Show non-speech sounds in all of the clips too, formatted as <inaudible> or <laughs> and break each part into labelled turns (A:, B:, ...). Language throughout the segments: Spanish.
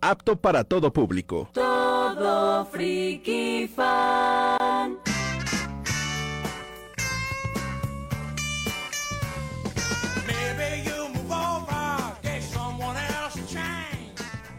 A: apto para todo público.
B: Todo friki fan.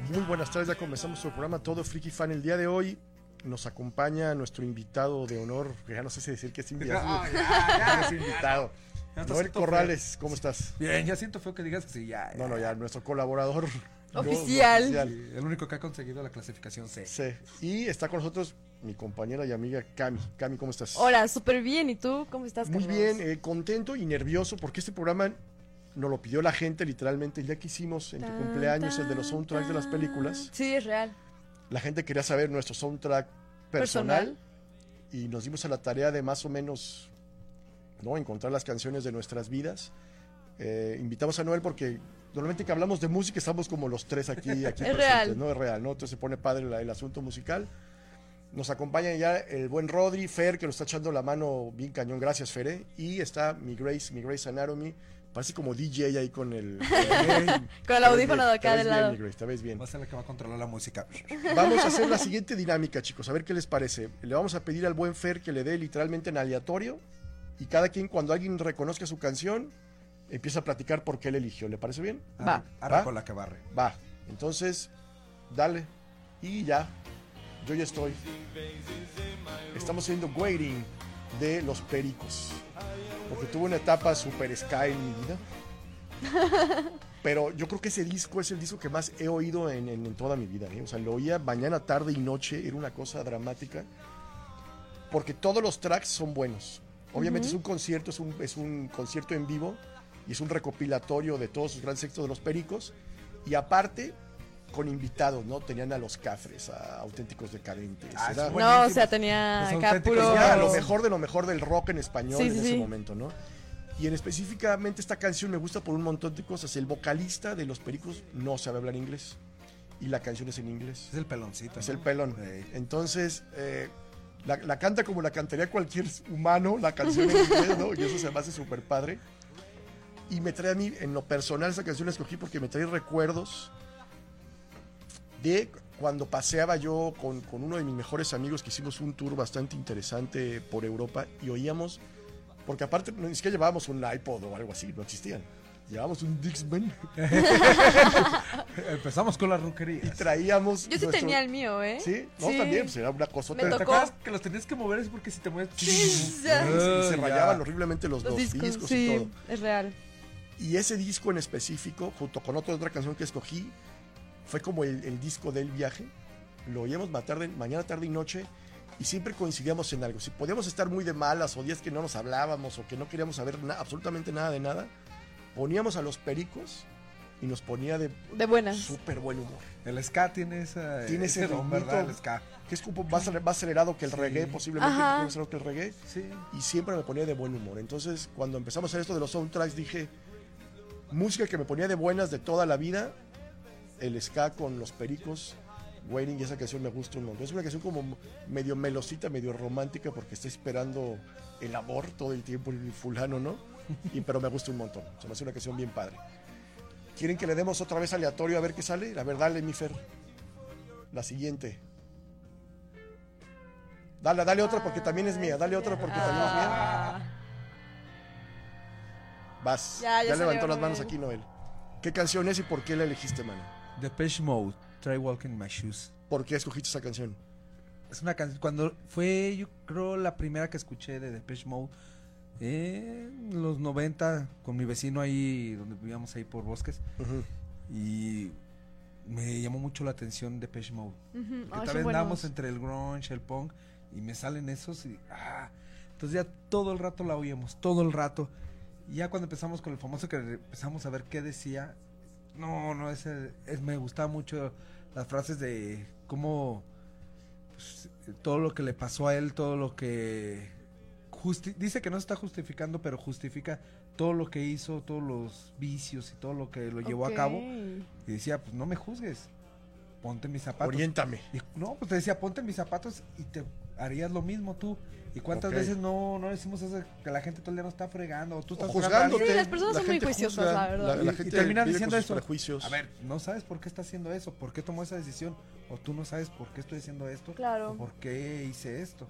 C: Muy buenas tardes, ya comenzamos su programa Todo Friki Fan. El día de hoy nos acompaña nuestro invitado de honor, que ya no sé si decir que es invitado.
D: No, Ah,
C: <laughs>
D: ya, ya,
C: es invitado.
D: Ya está
C: Noel
D: siento
C: Corrales, ¿cómo estás?
D: Bien, ya siento feo que digas que sí, ya.
C: No, no, ya,
B: <laughs>
C: nuestro colaborador. no,
B: Oficial.
C: oficial.
D: El único que ha conseguido la clasificación C.
C: Sí. Y está con nosotros mi compañera y amiga Cami. Cami, ¿cómo estás?
B: Hola, súper bien. ¿Y tú cómo estás?
C: Muy
B: Carlos?
C: bien, eh, contento y nervioso porque este programa nos lo pidió la gente literalmente el día que hicimos en tu
B: Tan,
C: cumpleaños, el de los
B: tan,
C: soundtracks de las
B: tan.
C: películas.
B: Sí, es real.
C: La gente quería saber nuestro soundtrack personal, y nos dimos a la tarea de más o menos ¿no? encontrar las canciones de nuestras vidas. Eh, invitamos a Noel porque normalmente que hablamos de música estamos como los tres
B: <laughs>
C: aquí, aquí
B: Es
C: presentes,
B: real.
C: ¿no? Es real, ¿no? Entonces se pone padre la- el asunto musical. Nos acompaña ya el buen Rodri, Fer, que nos está echando la mano bien cañón. Gracias, Fer. ¿eh? Y está mi Grace, mi Grace Anatomy. Parece como DJ ahí con el...
B: <laughs> Con el audífono de acá del lado.
C: Te ves bien.
D: Va a ser la que va a controlar la música.
C: Vamos a hacer la siguiente dinámica, chicos, a ver qué les parece. Le vamos a pedir al buen Fer que le dé literalmente en aleatorio y cada quien cuando alguien reconozca su canción empieza a platicar por qué la eligió. ¿Le parece bien?
B: Va.
D: Ahora
C: ¿Va?
D: con la que barre.
C: Va. Entonces, dale. Y ya. Yo ya estoy. Estamos haciendo Waiting de Los Pericos. Porque tuve una etapa super sky en mi vida. Pero yo creo que ese disco es el disco que más he oído en, en- en toda mi vida. ¿eh? O sea, lo oía mañana, tarde y noche. Era una cosa dramática. Porque todos los tracks son buenos. Obviamente es un concierto, es un, es un concierto en vivo y es un recopilatorio de todos sus grandes éxitos de los Pericos. Y aparte, con invitados, ¿no? Tenían a los Cafres, a auténticos decadentes.
D: Ah,
C: Era-
D: es bueno.
B: No, o
D: Buenísimo.
B: sea, tenía
D: Los
B: acá
D: auténticos,
B: puro.
C: era lo mejor de lo mejor del rock en español
B: Sí,
C: en
B: sí,
C: ese
B: sí.
C: momento, ¿no? Y en específicamente esta canción me gusta por un montón de cosas. El vocalista de Los Pericos no sabe hablar inglés y la canción es en inglés.
D: Es el peloncito.
C: Es
D: ¿no?
C: el pelón.
D: Sí. <laughs>
C: Entonces, eh, la, la canta como la cantaría cualquier humano, la canción en inglés, ¿no? Y eso se me hace súper padre. Y me trae a mí, en lo personal, esa canción la escogí porque me trae recuerdos de cuando paseaba yo con, con uno de mis mejores amigos que hicimos un tour bastante interesante por Europa y oíamos, porque aparte no es que llevábamos un iPod o algo así, no existían. Llevábamos un Dixman <laughs>
D: Empezamos con las
C: y
D: ruquerías.
C: traíamos.
B: Yo sí
C: nuestro-
B: tenía el mío, ¿eh?
C: Sí, no, también, pues era una cosa
B: Me
D: ¿Te
B: tocó.
D: acuerdas que los tenías que mover? Es porque si te mueves.
B: Sí, ya.
C: y se
D: Ah,
C: rayaban
D: ya.
C: horriblemente los,
B: Los
C: dos discos,
B: discos,
C: y
B: sí,
C: todo.
B: es real.
C: Y ese disco en específico, junto con otra, otra canción que escogí, fue como el, el disco del viaje. Lo oíamos ma- tarde- mañana, tarde y noche y siempre coincidíamos en algo. Si podíamos estar muy de malas o días que no nos hablábamos o que no queríamos saber na- absolutamente nada de nada, poníamos a los pericos y nos ponía de
B: De buenas.
C: súper buen humor.
D: El ska tiene esa.
C: Tiene ese
D: don,
C: ritmito.
D: ¿verdad? El ska.
C: Que es como más, acele- más acelerado que el
D: Sí.
C: reggae, posiblemente
B: Ajá.
C: más acelerado que el reggae.
D: Sí.
C: y siempre me ponía de buen humor. Entonces, cuando empezamos a hacer esto de los soundtracks, dije, música que me ponía de buenas de toda la vida, el ska con los pericos, Waiting, y esa canción me gusta un montón. Es una canción como medio melosita, medio romántica, porque está esperando el amor todo el tiempo, el fulano, ¿no? Y, pero me gusta un montón. Se me hace una canción bien padre. ¿Quieren que le demos otra vez aleatorio a ver qué sale? La verdad, mi Fer. La siguiente. Dale, dale otra porque también es mía. Dale otra porque también es mía.
B: Ah,
C: Vas.
B: Ya,
C: Ya,
B: ya salió,
C: levantó las
B: Noel.
C: manos aquí, Noel. ¿Qué canción es y por qué la elegiste, mano?
D: Depeche Mode. Try Walking My Shoes.
C: ¿Por qué escogiste esa canción?
D: Es una canción. Cuando fue, yo creo, la primera que escuché de Depeche Mode. eh, En los 90, con mi vecino ahí, donde vivíamos ahí por bosques.
C: Ujú.
D: Y me llamó mucho la atención Depeche Mode.
B: ujú,
D: Porque
B: ay, son
D: tal vez
B: buenos.
D: andamos entre el grunge, el punk. Y me salen esos y. ¡ah! Entonces ya todo el rato la oíamos, todo el rato. Y ya cuando empezamos con el famoso que empezamos a ver qué decía. No, no, ese, es, me gustaba mucho las frases de cómo pues, todo lo que le pasó a él, todo lo que justi- dice que no se está justificando, pero justifica todo lo que hizo, todos los vicios y todo lo que lo llevó a cabo.
B: Ok.
D: Y decía, pues no me juzgues, ponte mis zapatos.
C: Oriéntame.
D: Y, no, pues te decía, ponte mis zapatos y te harías lo mismo tú. ¿Y cuántas
C: Ok.
D: veces no, no decimos eso que la gente todo el día nos está fregando? O tú
C: O
D: estás
C: juzgándote.
D: juzgando?
B: Sí, las personas
C: La
B: son muy
C: gente
B: juiciosas,
C: juzga,
B: la verdad.
D: Y- y terminan
C: vive con
D: diciendo
C: sus
D: eso.
C: prejuicios.
D: A ver, no sabes por qué está haciendo eso, por qué tomó esa decisión, o tú no sabes por qué estoy haciendo esto, o
B: Claro.
D: por qué hice esto.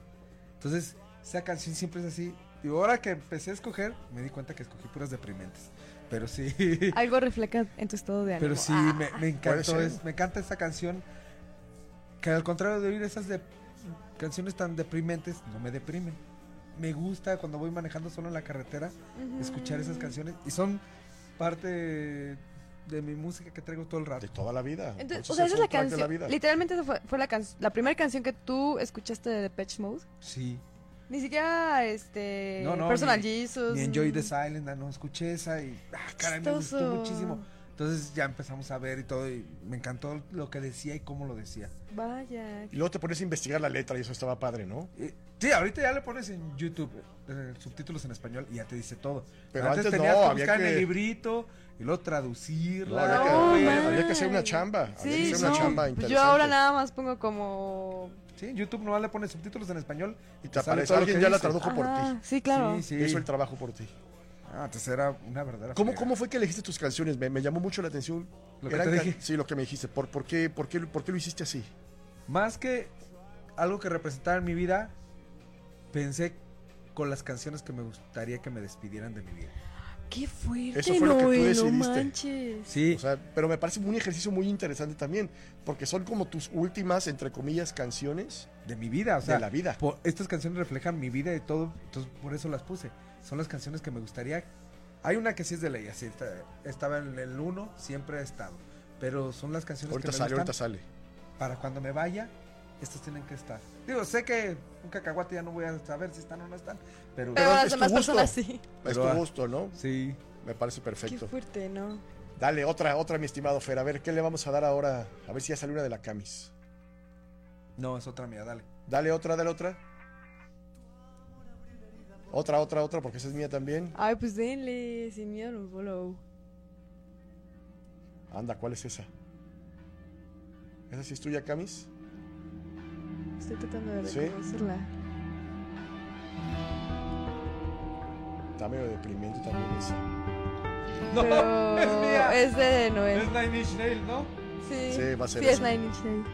D: Entonces, esa canción siempre es así. Y ahora que empecé a escoger, me di cuenta que escogí puras deprimentes. Pero sí, <laughs>
B: Algo refleja en tu estado de ánimo.
D: pero sí,
B: Ah,
D: me, me
C: Puede
D: encantó,
C: ser.
D: es- me encanta esta canción. Que al contrario de oír esas de, canciones tan deprimentes, no me deprimen. Me gusta cuando voy manejando solo en la carretera
B: Ah. ujú.
D: escuchar
B: Mm.
D: esas canciones y son parte de mi música que traigo todo el rato.
C: De toda la vida.
B: Entonces,
C: Entonces,
B: o sea, esa es la
C: soundtrack de
B: canción.
C: vida.
B: literalmente esa fue, fue la, can- la primera canción que tú escuchaste de Depeche Mode.
D: Sí.
B: Ni siquiera este
D: No, no,
B: Personal
D: ni-
B: Jesus.
D: Y Enjoy the
B: mm.
D: Silent, ah, no escuché esa y ah, caray, me gustó
B: Chistoso.
D: muchísimo. Entonces ya empezamos a ver y todo y me encantó lo que decía y cómo lo decía.
B: Vaya.
C: Y luego te pones a investigar la letra y eso estaba padre, ¿no?
D: Eh, Sí, ahorita ya le pones en YouTube eh, subtítulos en español y ya te dice todo.
C: Pero antes no,
D: que
C: había
D: buscar en
C: que-
D: el librito y luego
C: No,
D: traducirla.
C: había, que,
B: No,
C: había-
B: man.
C: había que hacer una chamba. había que
B: Sí, no,
C: hacer una chamba
B: pues
C: interesante.
B: yo ahora nada más pongo como.
D: Sí, en YouTube nomás le pones subtítulos en español
C: Y te
D: sale
C: aparece
D: todo lo que
C: alguien ya la
D: dice.
C: tradujo por
B: Ajá,
C: ti.
B: Sí, claro.
D: Sí, sí.
C: Hizo el trabajo por ti.
D: Ah, entonces era una verdadera.
C: ¿Cómo,
D: friega.
C: cómo fue que elegiste tus canciones? Me, me llamó mucho la atención.
D: Lo que
C: Eran
D: te
C: can-
D: dije.
C: Sí, lo que me dijiste. ¿Por, por, qué, por, qué, ¿Por qué lo hiciste así?
D: Más que algo que representara en mi vida, pensé con las canciones que me gustaría que me despidieran de mi vida.
B: Qué fuerte,
C: Eso fue lo que tú
B: Noel, no
C: decidiste.
B: manches.
D: Sí,
C: O sea, pero me parece un ejercicio muy interesante también, porque son como tus últimas, entre comillas, canciones
D: de mi vida, o sea,
C: de la vida.
D: po- estas canciones reflejan mi vida y todo, entonces por eso las puse. Son las canciones que me gustaría. Hay una que sí es de ley, así está- estaba en el 1, siempre ha estado, pero son las canciones
C: Ahorita
D: que me
C: sale, ahorita
D: gustan
C: sale.
D: para cuando me vaya, estas tienen que estar. Digo, sé que un cacahuate ya no voy a saber si están o no están, pero
B: Pero las
C: es tu
B: demás
C: gusto.
B: personas sí.
C: Es
D: Pero, ah,
C: tu gusto, ¿no?
D: sí.
C: Me parece
B: Qué
C: perfecto.
B: fuerte, ¿no?
C: Dale, otra, otra, mi estimado Fer. A ver, ¿qué le vamos a dar ahora? A ver si ya salió una de la camis.
D: No, es otra mía, dale.
C: Dale otra, dale otra. Otra, otra, otra, porque esa es mía también.
B: Ay, pues denle, sin miedo, un follow.
C: Anda, ¿cuál es esa? ¿Esa sí es tuya, Camis?
B: Estoy tratando de
C: Sí.
B: reconocerla.
C: Está medio deprimente también esa.
D: No, <laughs>
B: Pero
D: es
C: <laughs>
D: mía.
B: es de
D: Es
B: Noel.
D: Nine Inch Nails, ¿no?
B: Sí,
C: Sí, va a ser
B: Sí, es
C: eso.
B: Nine Inch Nails.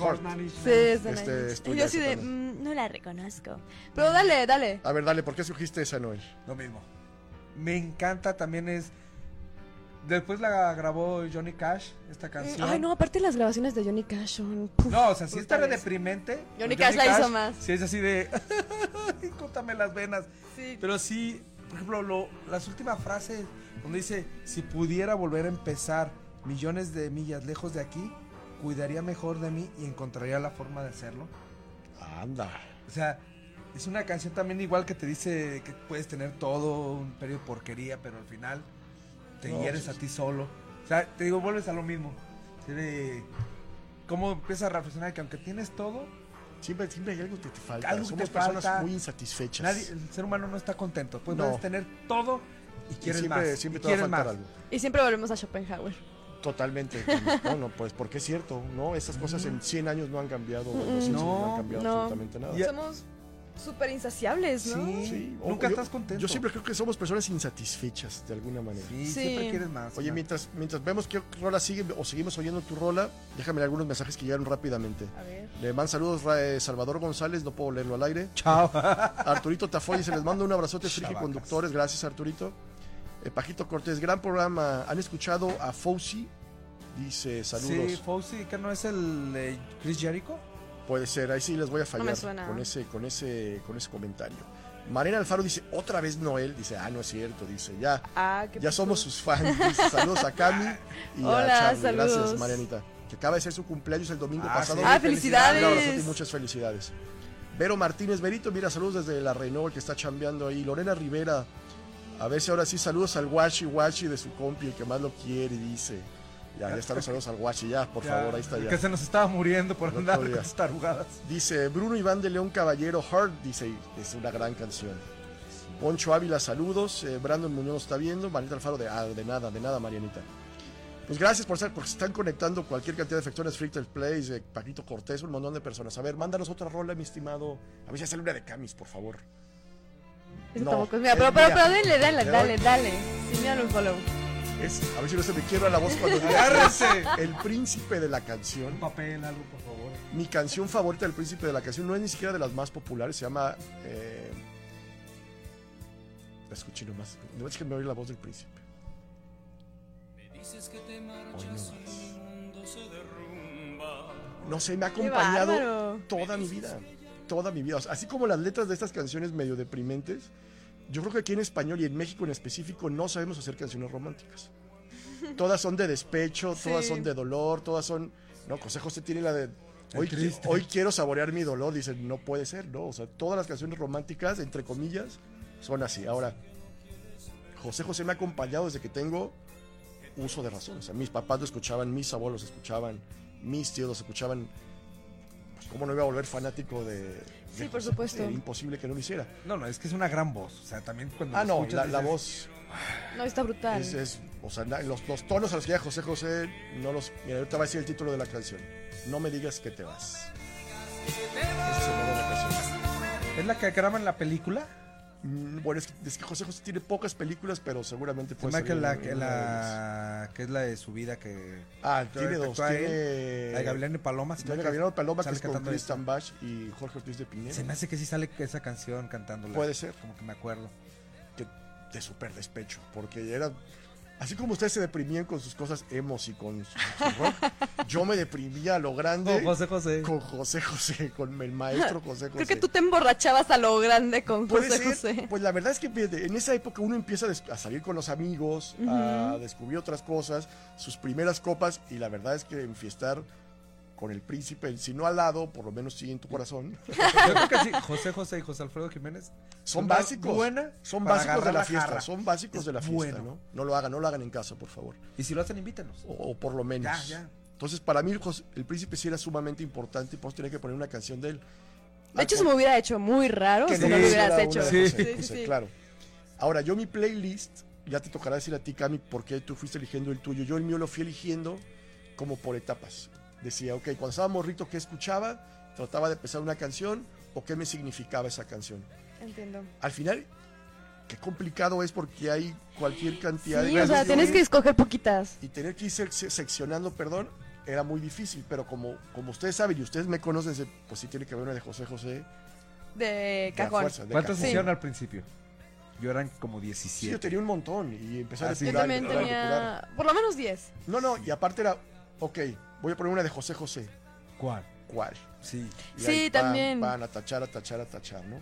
C: Heart.
D: Nine Inch
B: Sí, es de
C: Este
B: Nine Inch
C: es
B: Nails.
C: tuya,
B: Y Yo así
C: esa
B: de,
C: también.
B: mm, no la reconozco. Pero dale, dale.
C: A ver, dale, ¿por qué escogiste esa, Noel?
D: Lo mismo. Me encanta también es. Después la grabó Johnny Cash, esta canción.
B: Mm, Ay, no, aparte las grabaciones de Johnny Cash son... puf.
D: No, o sea, sí está re
B: Brutales.
D: deprimente. pero
B: Cash la hizo más.
D: Sí, es así de. <laughs> Cótame las venas.
B: Sí.
D: Pero sí, por ejemplo, lo- las últimas frases donde dice: Si pudiera volver a empezar millones de millas lejos de aquí, cuidaría mejor de mí y encontraría la forma de hacerlo.
C: Anda.
D: O sea, es una canción también igual que te dice que puedes tener todo, un periodo de porquería, pero al final te
C: No,
D: hieres
C: sí,
D: a
C: sí.
D: ti solo. O sea, te digo, vuelves a lo mismo. Así de ¿Cómo empiezas a reflexionar que aunque tienes todo,
C: Siempre, siempre hay algo que te falta.
D: Algo que
C: Somos
D: te
C: personas
D: falta.
C: muy insatisfechas.
D: nadie, el ser humano no está contento? Pues
C: No.
D: puedes tener todo y
C: Y
D: quieres
C: siempre,
D: más.
C: siempre
D: y
C: te va a
D: quieres
C: faltar
D: más.
C: algo.
B: Y siempre volvemos a Schopenhauer.
C: <laughs> Totalmente. Camis. No, no, pues porque es cierto, ¿no? Esas cosas en 100 años no han cambiado, en 200 años Mm. no
D: No,
C: han cambiado
B: no.
C: absolutamente nada.
D: Ya-
B: Somos súper insaciables, ¿no?
D: Sí,
C: Sí, o-
D: nunca
C: yo-
D: estás contento.
C: Yo siempre creo que somos personas insatisfechas de alguna manera.
D: Sí,
B: Sí.
D: siempre quieres más.
C: Oye,
D: ¿no?
C: mientras, mientras vemos qué rola sigue o seguimos oyendo tu rola, déjame leer algunos mensajes que llegaron rápidamente.
B: A ver.
C: Le man saludos Ra- eh, Salvador González, no puedo leerlo al aire.
D: Chao.
C: Arturito Tafoy se les manda un abrazote friki
D: Chavacas.
C: conductores, gracias Arturito. Eh, Pajito Cortés, gran programa. ¿Han escuchado a Fauci? Dice <laughs> saludos.
D: Sí, Fauci, que no es el eh, Chris Jericho.
C: Puede ser, ahí sí les voy a fallar
B: me suena.
C: con ese, con ese, con ese comentario. Marina Alfaro dice, otra vez Noel, dice, ah, no es cierto, dice, ya,
B: Ah, qué
C: ya
B: pasó?
C: somos sus fans. Dice, saludos a Cami y
B: <laughs> Hola,
C: a Charlie. Gracias,
B: saludos.
C: Marianita. Que acaba de ser su cumpleaños el domingo
D: Ah,
C: pasado.
D: sí.
B: Ah,
C: Un
B: felicidades.
C: abrazote y muchas felicidades. Vero Martínez Berito, mira, saludos desde la Renault que está chambeando ahí. Lorena Rivera, a ver si ahora sí saludos al Washi Washi de su compi, el que más lo quiere, dice. Ya, ya están los saludos al Washi, ya, por
D: Ya,
C: favor, ahí está ya.
D: Que se nos estaba muriendo por
C: No
D: andar con
C: podía.
D: esas tarugadas.
C: Dice Bruno Iván de León Caballero Heart, dice, es una gran canción. Poncho Ávila, saludos. Eh, Brandon Muñoz nos está viendo. Marianita Alfaro, de, ah, de nada, de nada, Marianita. Pues gracias por estar, porque se están conectando cualquier cantidad de factores, Frictal Plays, eh, Paquito Cortés, un montón de personas. A ver, mándanos otra rola, mi estimado. A ver si sale una de Camis, por favor.
B: Eso
C: No,
B: tampoco es mía.
C: es
B: Pero, pero,
C: mía.
B: pero, denle, dale,
C: Le
B: dale,
C: doy.
B: dale. Sí, me dan un follow.
C: Es, a ver si no se me quiebra la voz cuando
D: <laughs>
C: diga,
D: ¡Agárrese!
C: El príncipe de la
D: Un
C: canción.
D: papel, algo, por favor.
C: Mi canción favorita del príncipe de la canción no es ni siquiera de las más populares, se llama. eh, La escuché nomás. No es que me oí la voz del príncipe. Hoy nomás. No sé, me ha
B: Qué
C: acompañado
B: bárbaro.
C: toda mi vida. Toda mi vida. O sea, así como las letras de estas canciones medio deprimentes, yo creo que aquí en español y en México en específico no sabemos hacer canciones románticas. Todas son de despecho, todas
B: Sí.
C: son de dolor, todas son. No, José José tiene la de.
D: El
C: Hoy, qui-
D: triste.
C: hoy quiero saborear mi dolor. Dicen, no puede ser, ¿no? O sea, todas las canciones románticas, entre comillas, son así. Ahora, José José me ha acompañado desde que tengo uso de razón. O sea, mis papás lo escuchaban, mis abuelos lo escuchaban, mis tíos lo escuchaban. Pues, ¿cómo no iba a volver fanático de. de
B: Sí, por
C: José?
B: supuesto.
C: Era imposible que no lo hiciera.
D: No, no, es que es una gran voz. O sea, también cuando
C: Ah,
D: lo
C: no,
D: escuchas
C: la, la
D: dices,
C: voz
B: No, está brutal.
C: es, es- o sea, na- los, los tonos a los que llega José José, no los. Mira, ahorita va a decir el título de la canción. No me digas que te vas. Ese es el nombre de la canción.
D: ¿Es la que graban la película?
C: Mm, Bueno, es que, es que José José tiene pocas películas, pero seguramente
D: Se
C: puede
D: me hace que
C: salir
D: la,
C: en
D: que,
C: Pues una de ellas.
D: la, que es la de su vida que...
C: Ah,
D: que
C: tiene
D: ahorita
C: dos.
D: actúa él,
C: Tiene.
D: La de Gabriel y Paloma. se me
C: Tiene
D: hace que-
C: Eh, Gabriel Paloma, que
D: Ah, sale
C: es con
D: cantando
C: Chris
D: esa.
C: Bash y Jorge Ortiz de Pineda.
D: Se me hace que sí sale esa canción cantándola.
C: Puede ser.
D: Como que me acuerdo.
C: que de súper despecho, porque era... Así como ustedes se deprimían con sus cosas emos y con su, su rock, yo me deprimía a lo grande
D: Oh, José José.
C: con José José, con el maestro José José.
B: Creo que tú te emborrachabas a lo grande con
C: ¿Puede
B: José
C: ser?
B: José.
C: Pues la verdad es que fíjate, en esa época uno empieza a, des- a salir con los amigos, a descubrir otras cosas, sus primeras copas, y la verdad es que enfiestar con el príncipe, si no al lado, por lo menos sí en tu corazón,
D: Yo creo que sí. José José y José Alfredo Jiménez.
C: son
D: una
C: básicos.
D: buena
C: son
D: para
C: básicos de
D: agarrar
C: la
D: la
C: fiesta,
D: jarra.
C: son básicos
D: Es
C: de la fiesta,
D: bueno.
C: ¿no? No lo hagan, no lo hagan en casa, por favor.
D: Y si lo hacen, invítanos.
C: o, o por lo menos.
D: Ya, ya.
C: Entonces, para mí, Jos- el príncipe sí era sumamente importante y por eso tenía que poner una canción de él.
B: De hecho,
C: Ah,
B: se me hubiera hecho muy raro
C: que
B: si no
C: no
B: lo
C: fuera
B: hubieras
C: una
B: hecho.
C: de
D: Sí.
C: José, José, Claro. Ahora, yo mi playlist, ya te tocará decir a ti, Cami, por qué tú fuiste eligiendo el tuyo. Yo el mío lo fui eligiendo como por etapas. Decía, ok, cuando estaba morrito, ¿qué escuchaba? Trataba de empezar una canción o qué me significaba esa canción.
B: Entiendo.
C: Al final, qué complicado es porque hay cualquier cantidad de
B: Sí, o sea,
C: canciones
B: tienes que escoger poquitas.
C: y tener que ir sec- seccionando, perdón, era muy difícil, pero como, como ustedes saben y ustedes me conocen, se- pues sí tiene que haber una de José José.
B: De
C: de a
B: cajón.
C: fuerza, de
D: ¿Cuántas
C: cajón.
B: Sí.
D: hicieron al principio? Yo eran como
C: Sí, yo
D: 17.
C: tenía un montón y empecé a
D: Ah, sí.
B: Yo
C: depurar,
B: también
C: depurar, depurar.
B: tenía por lo menos 10.
C: No, no, y aparte era, ok, voy a poner una de José José.
D: ¿Cuál?
C: ¿Cuál?
D: Sí.
C: Y
B: Sí,
C: ahí van,
B: también.
C: Van a tachar, a tachar, a tachar, ¿no?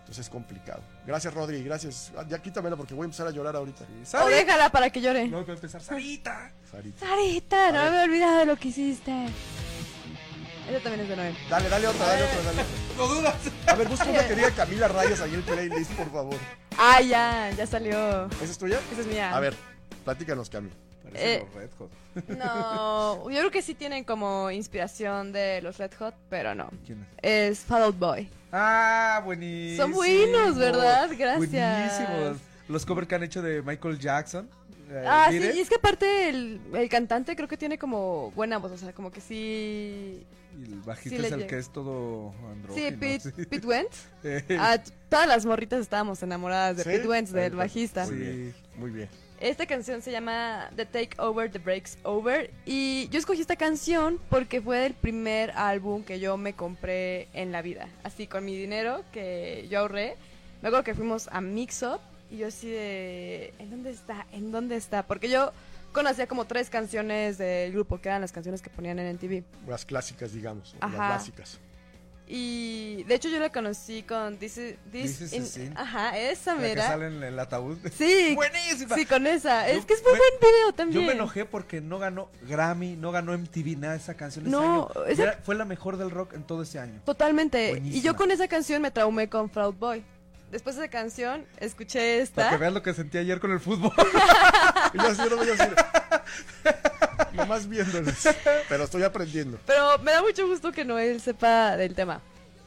C: Entonces es complicado. Gracias, Rodri, gracias. Ah, Ya quítamela porque voy a empezar a llorar ahorita.
B: O déjala para que llore.
D: No, voy a empezar.
B: <laughs>
D: ¡Sarita!
C: Sarita.
B: Sarita,
C: A
B: no
C: ver.
B: me he olvidado de lo que hiciste. Ese también es de Noel.
C: Dale, dale otra, dale otra, dale otra.
D: ¡No dudas!
C: A ver, busca una querida Camila Rayas ahí en el playlist, por favor.
B: Ah, ya, ya salió.
C: ¿Esa es tuya?
B: Esa es mía.
C: A ver, platícanos, Cami.
D: Parecen
B: Eh.
D: los Red Hot.
B: No, yo creo que sí tienen como inspiración de los Red Hot, pero no.
D: ¿Quién es?
B: Es Fall Out Boy.
D: Ah, buenísimos.
B: Son buenos, ¿verdad? Gracias.
D: Buenísimos. Los covers que han hecho de Michael Jackson. eh,
B: Ah, sí,
D: Beat It,
B: y es que aparte el, el cantante creo que tiene como buena voz, o sea, como que sí...
D: y el bajista
B: sí le
D: es el
B: llega.
D: que es todo andrógino.
B: Sí, Pete,
D: sí.
B: Pete Wentz.
D: <laughs> Eh,
B: Ah, t- todas las morritas estábamos enamoradas de
C: ¿Sí?
B: Pete Wentz, del
C: Ah,
B: bajista.
C: muy bien,
D: Sí.
C: muy bien.
B: Esta canción se llama The Takeover, The Breaks Over. Y yo escogí esta canción porque fue del primer álbum que yo me compré en la vida. Así, con mi dinero que yo ahorré. Me acuerdo que fuimos a Mix Up y yo así de... ¿En dónde está? ¿En dónde está? Porque yo conocía como tres canciones del grupo, que eran las canciones que ponían en MTV.
C: Las clásicas, digamos. o
B: Ajá.
C: Las básicas.
B: Y de hecho yo la conocí con This Is... This
D: This Is
B: In-
D: the Scene.
B: Ajá, esa
D: la que
B: mera.
D: sale en el ataúd.
B: Sí,
D: <laughs> Buenísima.
B: sí, con esa.
D: Yo
B: es que es muy
D: me-
B: buen video también.
D: Yo me enojé porque no ganó Grammy, no ganó MTV, nada esa canción. ese
B: No,
D: año.
B: esa-
D: Era- fue la mejor del rock en todo ese año.
B: Totalmente.
D: Buenísima.
B: Y yo con esa canción me traumé con Fraud Boy. Después de esa canción, escuché
D: Para que
B: esta.
D: veas lo que sentí ayer con el fútbol.
C: Y yo así, yo no voy a decir. <laughs> Nomás viéndoles. Pero estoy aprendiendo.
B: Pero me da mucho gusto que Noel sepa del tema.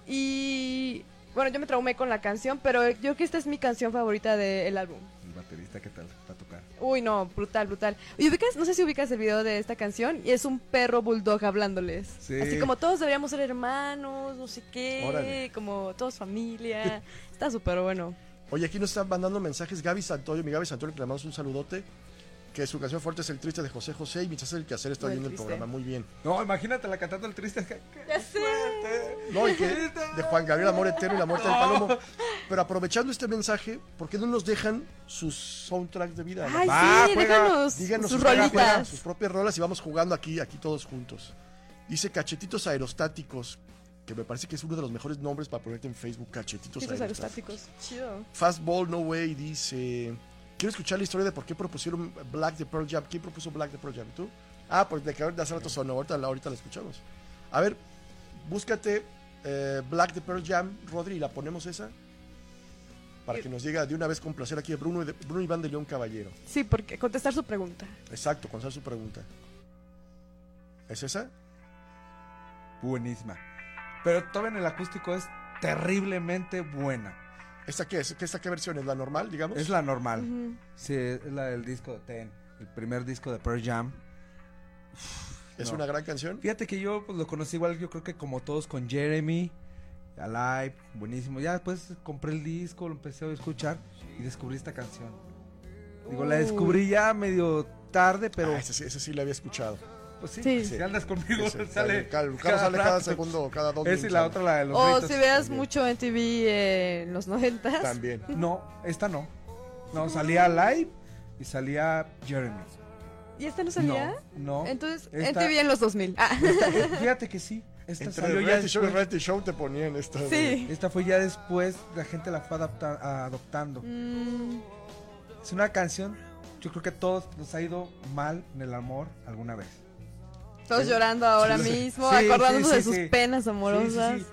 B: Y bueno, yo me traumé con la canción, pero yo creo que esta es mi canción favorita del álbum.
D: El baterista, ¿qué tal? Para tocar.
B: Uy, no, brutal, brutal. Y ubicas, no sé si ubicas el video de esta canción, y es un perro bulldog hablándoles.
D: Sí.
B: Así como todos deberíamos ser hermanos, no sé qué,
C: Órale.
B: como todos
D: <laughs>
B: familia. Está súper bueno.
C: Oye, aquí nos están mandando mensajes Gaby Santoyo, mi Gaby Santoyo, que le mandamos un saludote. Que su canción fuerte es El Triste de José José y mientras hace el quehacer está
B: Muy
C: viendo el
B: triste.
C: programa muy bien.
D: No, imagínate la cantante el triste. que- que-
B: Ya sé.
D: fuerte.
B: <laughs>
C: No, y que de Juan Gabriel Amor Eterno y la muerte del palomo. Pero aprovechando este mensaje, ¿por qué no nos dejan sus soundtracks de vida?
B: Ay,
D: Va,
B: sí,
D: juega.
B: déjanos
C: Díganos
B: sus
C: juega,
B: rolitas.
C: juega, sus propias rolas y vamos jugando aquí, aquí todos juntos. Dice cachetitos aerostáticos, que me parece que es uno de los mejores nombres para ponerte en Facebook, cachetitos
B: Chitos
C: aerostáticos.
B: aerostáticos. Chido.
C: Fastball No Way dice, quiero escuchar la historia de por qué propusieron Black de Pearl Jam. ¿Quién propuso Black de Pearl Jam? ¿Tú? Ah, pues de que de hace rato sonó, ahorita, la- ahorita la escuchamos. A ver, búscate eh, Black de Pearl Jam, Rodri, y la ponemos esa. Para que nos diga de una vez con placer aquí Bruno, y de- Bruno Iván de León Caballero.
B: Sí, porque contestar su pregunta.
C: Exacto, contestar su pregunta. ¿Es esa?
D: Buenísima. Pero todavía en el acústico es terriblemente buena.
C: ¿Esta qué es? ¿Qué- ¿Esta qué versión es? ¿La normal, digamos?
D: Es la normal.
B: Ujú.
D: Sí, es la del disco de Ten, el primer disco de Pearl Jam.
C: ¿Es
D: no.
C: una gran canción?
D: Fíjate que yo pues, lo conocí igual, yo creo que como todos con Jeremy, Alive, buenísimo. Ya después compré el disco, lo empecé a escuchar y descubrí esta canción. Digo, la
B: Uh.
D: descubrí ya medio tarde, pero
C: Ah, esa, sí, esa sí la
D: <laughs>
C: había escuchado.
D: pues sí,
B: Sí.
D: si andas conmigo
C: Ese,
D: sale
C: Carlos sale cada
D: rato.
C: segundo, cada dos
D: Esa y la
C: sale.
D: otra la de los
B: O
D: Ritos,
B: si veas
D: también.
B: mucho en TV en los noventas.
C: También.
D: No, esta no. No, salía Alive y salía Jeremy.
B: ¿Y esta no salía?
D: No, no.
B: Entonces,
D: Esta-
B: en TV en los 2000. Ah,
D: Esta- eh, fíjate que sí. Esta
C: Entre
D: salió
C: el
D: ya
C: reality show y el
D: después.
C: reality show te ponían esta. de-
B: sí.
D: Esta fue ya después, la gente la fue adapta- adoptando.
B: Mm,
D: Es una canción, yo creo que a todos nos ha ido mal en el amor alguna vez.
B: todos llorando ahora
D: Sí, sí.
B: mismo,
D: Sí,
B: acordándose
D: sí,
B: de
D: sí,
B: sus
D: sí.
B: penas
D: Sí, sí,
B: amorosas.
D: sí.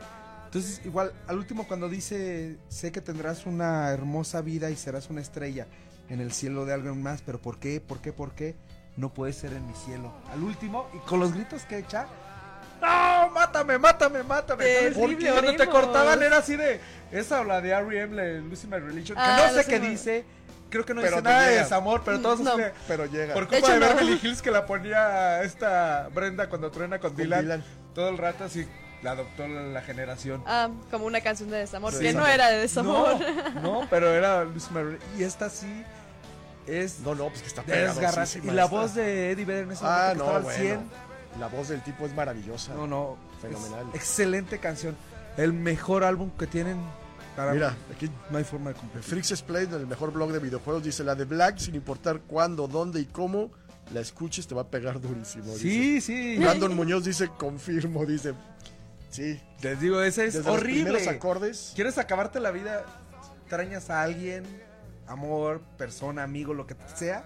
D: Entonces, igual, al último cuando dice, sé que tendrás una hermosa vida y serás una estrella en el cielo de alguien más, pero ¿por qué? ¿Por qué? ¿Por qué? No puede ser en mi cielo. Al último, y con los gritos que echa, ¡No! ¡Mátame, mátame, mátame!
B: Qué
D: Entonces,
B: horrible,
D: cuando te
B: horrimos.
D: cortaban era así de, esa o la de R.E.M., la de Lucy My Religion, que
B: Ah,
D: no sé
B: Lucy
D: qué
B: My-
D: dice, creo que no
C: Pero
D: dice
C: te
D: nada de
C: llega.
D: desamor, pero
B: Mm,
D: todos
B: no.
D: así de,
C: Pero llega.
D: por
B: De
D: culpa de,
B: hecho, no.
D: Beverly Hills que la ponía esta Brenda cuando truena con,
C: Con
D: Dylan,
C: Dylan.
D: todo el rato así la adoptó la, la generación.
B: Ah, como una canción de desamor,
C: Sí.
B: que no era de desamor.
D: No, no, pero era Luis Marie. Y esta sí es
C: No, no, pues que está pegada.
D: desgarrante. Y la voz de Eddie Vedder en ese momento
C: Ah,
D: que
C: no,
D: estaba al
C: bueno.
D: 100.
C: La voz del tipo es maravillosa.
D: No, no,
C: Fenomenal.
D: es excelente canción. El mejor álbum que tienen. Para
C: Mira,
D: mí.
C: aquí
D: no hay forma de cumplir.
C: Frix Play, en el mejor blog de videojuegos, dice: La de Black, sin importar cuándo, dónde y cómo, la escuches, te va a pegar durísimo.
D: Sí, sí.
C: dice. Brandon Muñoz dice: Confirmo, dice. Sí.
D: Les digo, ese es
C: Desde
D: horrible.
C: los primeros acordes.
D: ¿Quieres acabarte la vida? ¿Extrañas a alguien? Amor, persona, amigo, lo que sea.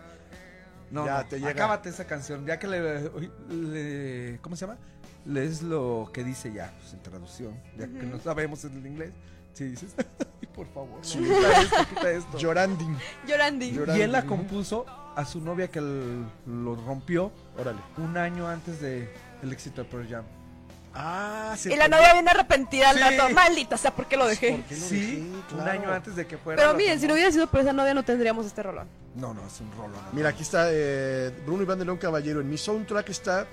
D: No,
C: Ya
D: no,
C: te llega.
D: acábate esa canción. Ya que le, uy, le- ¿Cómo se llama? Lees lo que dice ya, pues en traducción. Ya que no sabemos en el inglés. Si dices, <laughs> "Ay, por favor, no, quita esto, quita esto".
C: Lloranding.
B: <laughs> Llorandi.
C: Llor-
D: Y él la
C: Ujú.
D: compuso a su novia que el- lo rompió
C: Órale.
D: un año antes de el éxito de Pearl Jam.
C: Ah, se.
B: Y la novia viene arrepentida al
D: Sí.
B: rato. Maldita, o sea, ¿por qué lo dejé?
C: ¿Por qué lo
D: Sí,
C: dejé?
D: un
C: Claro.
D: año antes de que fuera.
B: Pero
D: la
B: miren, si no
D: famosa.
B: hubiera sido por esa novia, no tendríamos este rolón.
D: No, no, es un rolo. no,
C: Mira, aquí está eh, Bruno Iván de León Caballero. En mi soundtrack está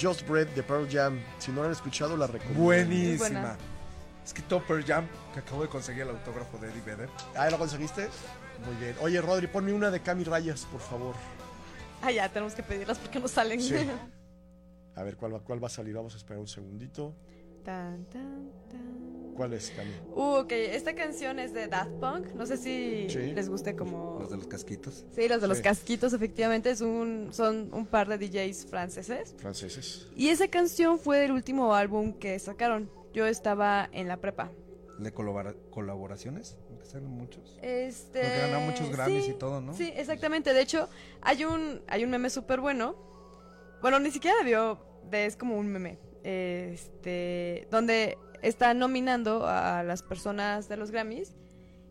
C: Just Bread de Pearl Jam. Si no la han escuchado, la recomiendo.
B: Es
D: Buenísima.
B: buena.
D: Es que Topper Jam, que acabo de conseguir el autógrafo de Eddie Vedder.
C: Ah, ¿lo conseguiste? Muy bien. Oye, Rodri, ponme una de Cami Rayas, por favor.
B: Ah, ya, tenemos que pedirlas porque no salen.
C: Sí. A ver, ¿cuál va, cuál va a salir? Vamos a esperar un segundito.
B: <laughs> Tan, tan, tan.
C: ¿Cuál es, Cami?
B: Uh, ok, esta canción es de Daft Punk. No sé si
C: Sí.
B: les guste como.
D: Los de los casquitos.
B: Sí, los de los
C: Sí.
B: casquitos, efectivamente, es un, son un par de DJs franceses.
C: Franceses.
B: Y esa canción fue del último álbum que sacaron. Yo estaba en la prepa.
D: De colabora- colaboraciones, que salen muchos.
B: Este.
D: Porque ganó muchos Grammys
B: sí,
D: y todo, ¿no?
B: Sí, exactamente. De hecho, hay un, hay un meme súper bueno. Bueno, ni siquiera vio. de- es como un meme. Este. Donde está nominando a las personas de los Grammys.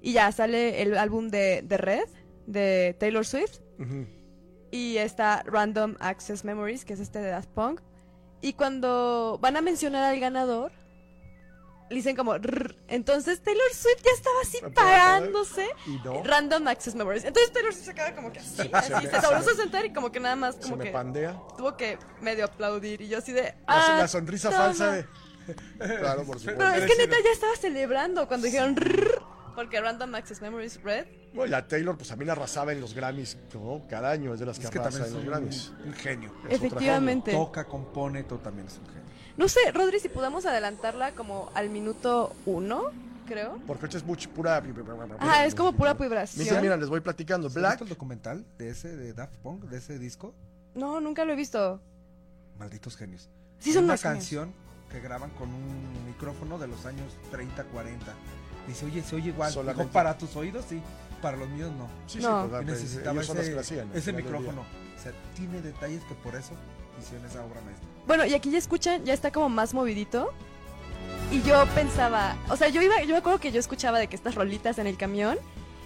B: Y ya sale el álbum de, de Red, de Taylor Swift. Y está Random Access Memories, que es este de Daft Punk. Y cuando van a mencionar al ganador, dicen como "Rrr". entonces Taylor Swift ya estaba así parándose
D: Y no.
B: random access memories entonces Taylor Swift se queda como que así, así,
C: me-
B: se, sobrepuso a sentar y como que nada más
C: Se
B: como
C: me
B: que
C: pandea.
B: tuvo que medio aplaudir y yo así de
C: La,
B: "Ah,
C: la sonrisa
B: toma".
C: falsa de. <laughs> Claro, por supuesto.
B: no es que neta ya estaba celebrando cuando dijeron "Rrr", porque random access memories red
C: No, y la Taylor, pues también arrasaba en los Grammys, ¿no? Cada año es de las que,
D: Es que
C: arrasa
D: también
C: en
D: es
C: los
D: un,
C: Grammys.
D: un genio.
C: Es otra
B: efectivamente
D: Toca, compone, todo también es un genio.
B: no sé Rodri si podamos adelantarla como al minuto uno creo
C: Porque esto es mucho pura.
B: ah es como pura
C: Mientras,
B: vibración
C: mira, les voy platicando.
D: ¿Has
C: Black.
D: visto el documental de ese, de Daft Punk, de ese disco?
B: no nunca lo he visto
D: Malditos genios.
B: sí son
D: una
B: los genios.
D: canción que graban con un micrófono de los años 30, 40. Dice, oye, se oye igual. Dijo,
C: Solamente.
D: para tus oídos sí, para los míos no.
C: Sí,
B: No.
C: sí, pues,
D: Y
C: pues,
D: necesitaba
C: ellos son los que
D: ese,
C: lo hacían, al
D: ese
C: final del día.
D: micrófono. O sea, tiene detalles que por eso hicieron esa obra maestra.
B: Bueno, y aquí ya escuchan, ya está como más movidito. Y yo pensaba, o sea, yo iba, yo me acuerdo que yo escuchaba de que estas rolitas en el camión.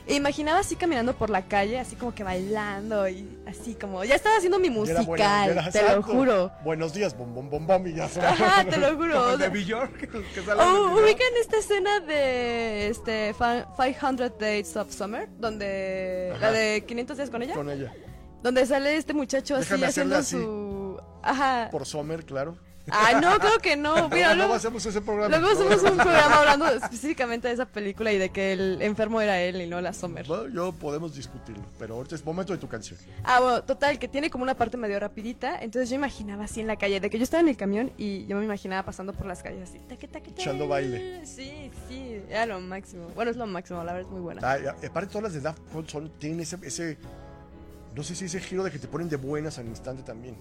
B: E imaginaba así caminando por la calle, así como que bailando y así como. Ya estaba haciendo mi
C: Ya era
B: musical,
C: buena, ya era
B: te lo
C: santo.
B: juro.
C: Buenos días, bom, bom, bom, bom, y ya
B: <laughs>
C: se
B: Ajá, te lo
C: <laughs>
B: juro.
D: Como
B: o
D: el de
B: sea,
D: Bjork, que sale en el
B: o
D: video.
B: ubican esta escena de este fa- 500 Days of Summer, donde.
C: Ajá.
B: La de 500 días con ella.
C: con ella.
B: Donde sale este muchacho así
C: Déjame hacerle
B: haciendo
C: así.
B: su. Ajá.
C: Por Sommer, claro.
B: Ah,
C: <laughs>
B: no, creo que no. Mira,
C: luego
B: luego,
C: hacemos ese programa.
B: Luego
C: <laughs>
B: hacemos un programa hablando específicamente de esa película y de que el enfermo era él y no la Sommer.
C: Bueno, yo podemos discutirlo, pero ahorita es momento de tu canción.
B: Ah, bueno, total, que tiene como una parte medio rapidita, entonces yo imaginaba así en la calle, de que yo estaba en el camión y yo me imaginaba pasando por las calles así, taque, taque, taque.
C: Echando baile.
B: Sí, sí, era lo máximo. Bueno, es lo máximo, la verdad es muy buena.
C: Ah, y aparte, todas las de Daft Punk son- tienen ese, ese. No sé si ese giro de que te ponen de buenas al instante también.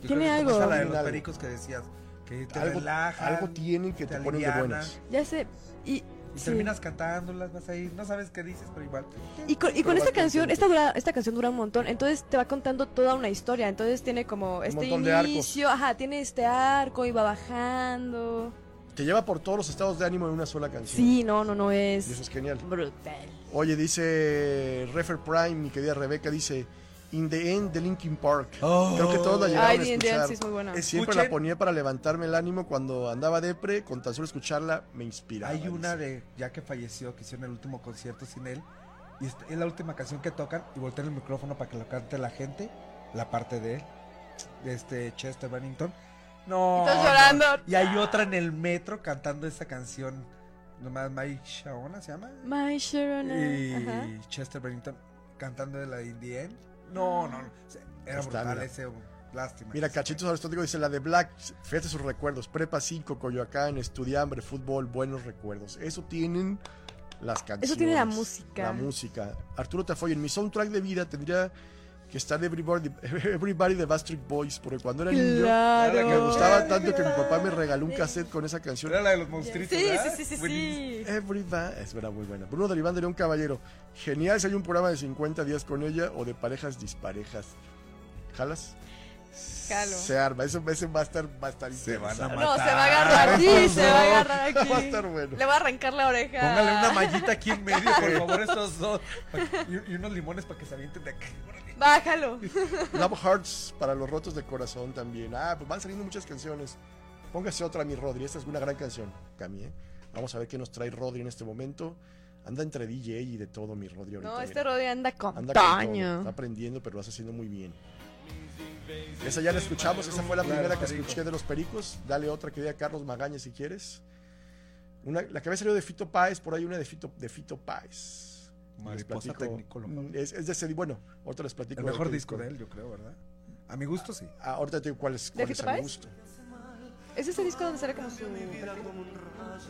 D: Yo
B: Tiene
D: creo que
B: algo.
D: esa es la de
C: Tiene
D: los
C: algo.
D: pericos que decías. Que te
C: Algo,
D: relajan,
C: algo tienen que te, ponen de
D: alivianan,
C: buenas.
B: Ya sé, y...
D: Y
B: sí.
D: terminas cantándolas, vas ahí, no sabes qué dices, pero igual.
B: Y con, y
C: Pero
B: con esta
C: vas
B: canción,
C: contento.
B: esta, dura, esta canción dura un montón, entonces te va contando toda una historia, entonces tiene como este
C: montón de arcos.
B: inicio, ajá, tiene este arco y va bajando.
C: Te lleva por todos los estados de ánimo en una sola canción.
B: Sí, no, no, no es...
C: Y eso es genial.
B: Brutal.
C: Oye, dice Refer Prime, mi querida Rebeca, dice In the End de Linkin Park.
D: Oh.
C: Creo que todos la
B: Ay,
C: llegaron a
B: The End
C: escuchar.
B: sí es muy buena.
D: Es-
C: Siempre
D: Escuchen.
C: la ponía para levantarme el ánimo cuando andaba depre, con tan solo escucharla me inspiraba.
D: Hay una
C: dice.
D: de, ya que falleció, que hicieron el último concierto sin él, y esta- es la última canción que tocan, y voltean el micrófono para que lo cante la gente, la parte de él, de este Chester Bennington. No.
B: Estás
D: no.
B: llorando.
D: Y hay otra en el metro cantando esa canción, nomás Mike Shaona se llama,
B: My Sharona. Ajá. Ah.
D: y Chester Bennington cantando de la de Indien. No, no, no. o sea, Era
C: Está,
D: brutal
C: mira.
D: ese, oh, lástima.
C: Mira,
D: que se
C: Cachitos Aristótico dice la de Black, fíjate sus recuerdos, Prepa 5, Coyoacán, Estudiambre, Fútbol, buenos recuerdos. Eso tienen las canciones.
B: tiene la música.
C: La música. Arturo Tafoy, en mi soundtrack de vida tendría que estar Everybody, <laughs> Everybody de Bastric Boys, porque cuando era niño...
B: Claro.
C: Me gustaba tanto que mi papá me regaló un cassette con esa canción.
D: Era la de los monstruitos.
B: Sí,
D: ¿verdad?
B: sí, sí, sí,
D: Buenísimo.
B: sí.
C: Everybody. Es verdad, muy buena. Bruno Deriván de León Caballero. Genial si hay un programa de 50 días con ella o de parejas disparejas. ¿Jalas?
B: Jalo.
C: Se arma. Eso, ese va a estar, va a estar
D: Se van a
C: interesante.
D: matar.
B: No, se va a agarrar aquí, se
C: <laughs>
B: va a agarrar aquí.
C: Va a estar bueno.
B: Le va a arrancar la oreja.
D: Póngale una mallita aquí en medio, por favor, estos dos. Y, y unos limones para que se avienten de acá.
B: Bájalo.
C: Love Hearts para los rotos de corazón también. Ah, pues van saliendo muchas canciones. Póngase otra, mi Rodri. Esta es una gran canción, Cami. ¿eh? Vamos a ver qué nos trae Rodri en este momento. Anda entre DJ y de todo, mi Rodri. Ahorita,
B: No, este
C: mira.
B: Rodri anda con
C: Anda con todo,
B: Toño.
C: Está aprendiendo, pero lo está haciendo muy bien. Esa ya la escuchamos, esa fue la
D: Claro,
C: primera que
D: Perico.
C: escuché de los pericos. Dale otra que diga Carlos Magaña si quieres. Una, la que había salido de Fito Páez, por ahí una de Fito, de Fito Páez. Les
D: Mariposa
C: platico.
D: Tecnicolor.
C: Mm, Es, es de ese, bueno, ahorita les platico.
D: El
C: del
D: mejor
C: Perico.
D: disco de él, yo creo, ¿verdad? A mi gusto, sí.
C: Ah, ahorita te digo cuál es,
B: ¿De
C: cuál es
B: Fito
C: el
B: Páez?
C: gusto.
B: ¿Es ese disco donde sale como su perfil?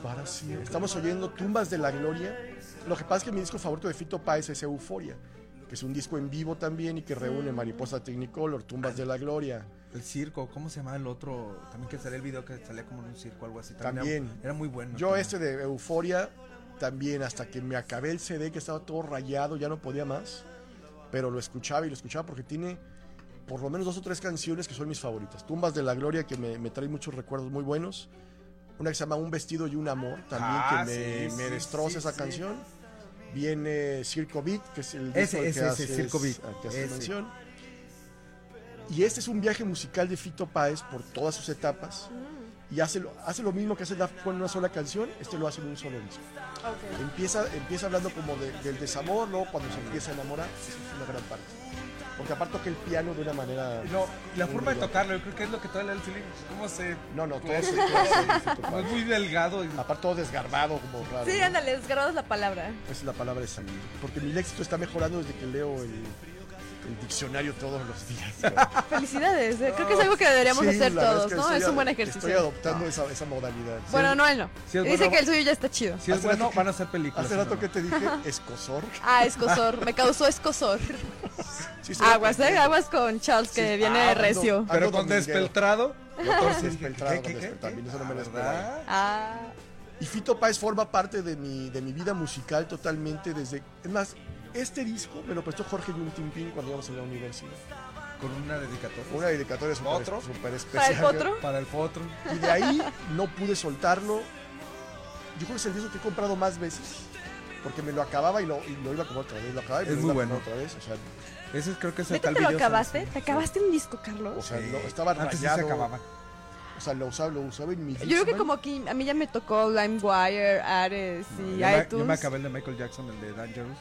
C: Para siempre. Estamos oyendo Tumbas de la Gloria. Lo que pasa es que mi disco favorito de Fito Páez es Euforia, que es un disco en vivo también y que
B: Mm.
C: reúne Mariposa Technicolor, Tumbas de la Gloria.
D: El circo, ¿cómo se llama el otro? También que salía el video que salía como en un circo, algo así.
C: También.
D: Era, era muy bueno.
C: Yo
D: también.
C: este de Euforia también, hasta que me acabé el CD que estaba todo rayado, ya no podía más, pero lo escuchaba y lo escuchaba porque tiene por lo menos dos o tres canciones que son mis favoritas. Tumbas de la Gloria, que me, me trae muchos recuerdos muy buenos. Una que se llama Un vestido y un amor, también
D: Ah,
C: que me,
D: sí,
C: me
D: sí,
C: destroza
D: sí,
C: esa
D: sí.
C: canción. Viene Circo Beat, que es el disco
D: Ese,
C: al que
D: ese, ese,
C: haces-
D: Circo Beat,
C: al que haces
D: ese.
C: mención. Y este es un viaje musical de Fito Páez por todas sus etapas y hace lo, hace lo mismo que hace Daft Punk en una sola canción, este lo hace en un solo disco.
B: Ok.
C: Empieza, empieza hablando como de- del desamor, luego cuando se empieza a enamorar, eso es una gran parte. Porque aparte toca el piano de una manera...
D: No, la
C: Muy
D: forma de
C: bien.
D: tocarlo, yo creo que es lo que todo le da el feeling. ¿Cómo se.?
C: No, no, todo
D: tuerce?
C: se- todo se- se
D: No,
C: toca.
D: Es muy delgado. y-
C: Aparte todo desgarbado, como raro.
B: Sí,
C: ¿no?
B: ándale, desgrados la palabra.
C: Esa es la palabra de salir. Porque mi éxito está mejorando desde que leo el, el diccionario todos los días.
B: <laughs>
C: güey.
B: Felicidades, eh. creo que es algo que deberíamos
C: Sí,
B: hacer
C: la verdad
B: todos,
C: que
B: ¿no?
C: estoy
B: Es un
C: ad-
B: buen
C: Estoy
B: ejercicio.
C: adoptando esa, esa modalidad.
B: Bueno,
C: Sí.
B: no, él no.
D: Sí, es
B: Dice
D: bueno.
B: que el suyo ya está chido.
D: Si es
C: Hace
D: bueno,
C: rato-
D: van a ser películas.
C: Hace
D: si no,
C: rato
D: no.
C: que te dije, escosor. <laughs>
B: Ah, escosor, me causó escosor.
C: Sí, estoy
B: Aguas, eh,
C: aprendiendo.
B: aguas con Charles que
C: Sí.
B: viene
C: Ah, ando-
B: recio.
C: ando
D: Pero con
C: dominguero.
D: despeltrado. ¿Qué,
C: Con despeltrado, con
D: qué, qué,
C: despeltrado,
D: qué?
C: eso no me lo
D: Ah,
C: esperaba.
D: ¿verdad?
B: Ah,
C: Y Fito Páez forma parte de mi, de mi vida musical totalmente desde... Es más, este disco me lo prestó Jorge Yuntimpín cuando íbamos en la universidad.
D: Con una dedicatoria.
C: Una dedicatoria super,
D: ¿Otro?
C: super
B: ¿Para
C: especial.
B: el potro?
D: Para el potro.
C: Y de ahí no pude soltarlo. Yo creo que es el disco que he comprado más veces. Porque me lo acababa y lo, y lo iba a comprar otra vez. Lo acababa y me
D: Es muy
C: lo iba a comprar
D: bueno.
C: otra vez. O sea,
D: Ese creo que es el
B: ¿Neta
D: tal
B: te lo
D: video
B: acabaste?
D: Samsung.
B: ¿Te acabaste un disco, Carlos?
C: o sea,
D: Sí.
C: lo- estaba
D: Antes sí
C: rayado.
D: se acababa.
C: O sea, lo usaba, lo usaba en mi
B: Yo creo que
C: Discman.
B: como que a mí ya me tocó LimeWire, Ares y
D: yo, me,
B: iTunes.
D: yo me acabé el de Michael Jackson, el de Dangerous.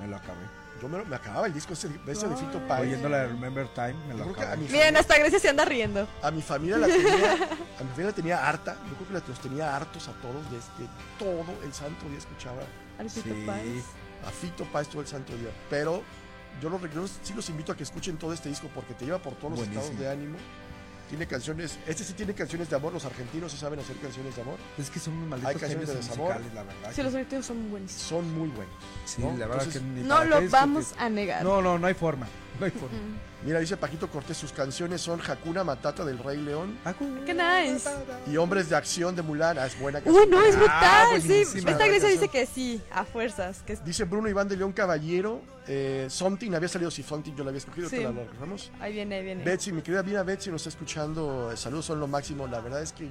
D: Me lo acabé.
C: Yo me, lo- me acababa el disco ese, ese
B: Ah.
C: de Fito Páez.
D: Oyendo la de Remember Time, me
C: Yo
D: lo
C: creo que a
D: acabé.
C: mi,
B: Miren,
C: familia,
B: hasta Grecia se anda riendo.
C: a mi familia la tenía, a mi familia la tenía harta. Yo creo que la- los tenía hartos a todos desde todo el santo día escuchaba
B: Al
D: Sí.
B: Fito Páez.
C: a Fito Páez todo el santo día. Pero yo los, yo sí los invito a que escuchen todo este disco porque te lleva por todos los estados
D: Buenísimo.
C: de ánimo. Tiene canciones, este sí tiene canciones de amor, los argentinos sí saben hacer canciones de amor,
D: Es que son unos
C: Hay
D: malditos
C: canciones
D: genios
C: de desamor.
D: musicales, la verdad.
B: Sí, los argentinos son muy buenos.
C: son muy buenos.
D: Sí,
C: ¿no?
D: la verdad
C: Entonces,
D: que ni
B: No
D: para
B: lo
D: qué
B: vamos
D: discutir.
B: a negar.
D: No, no, no hay forma. No hay forma.
C: Mira, dice Paquito Cortés, sus canciones son Hakuna Matata del Rey León
B: Qué nice.
C: y Hombres de Acción de Mulan. Ah, es buena
B: Uy,
C: canción.
B: no, es
D: Ah,
B: brutal. Sí,
D: buenísima
B: esta
C: la
B: Grecia dice
C: canción.
B: que sí, a fuerzas. Que...
C: Dice Bruno Iván de León Caballero, eh, Something, había salido si Something yo la había escogido,
B: Sí.
C: te la recordamos.
B: Ahí viene, ahí viene.
C: Betsy, mi querida Vina Betsy nos está escuchando. eh, Saludos son lo máximo. La verdad es que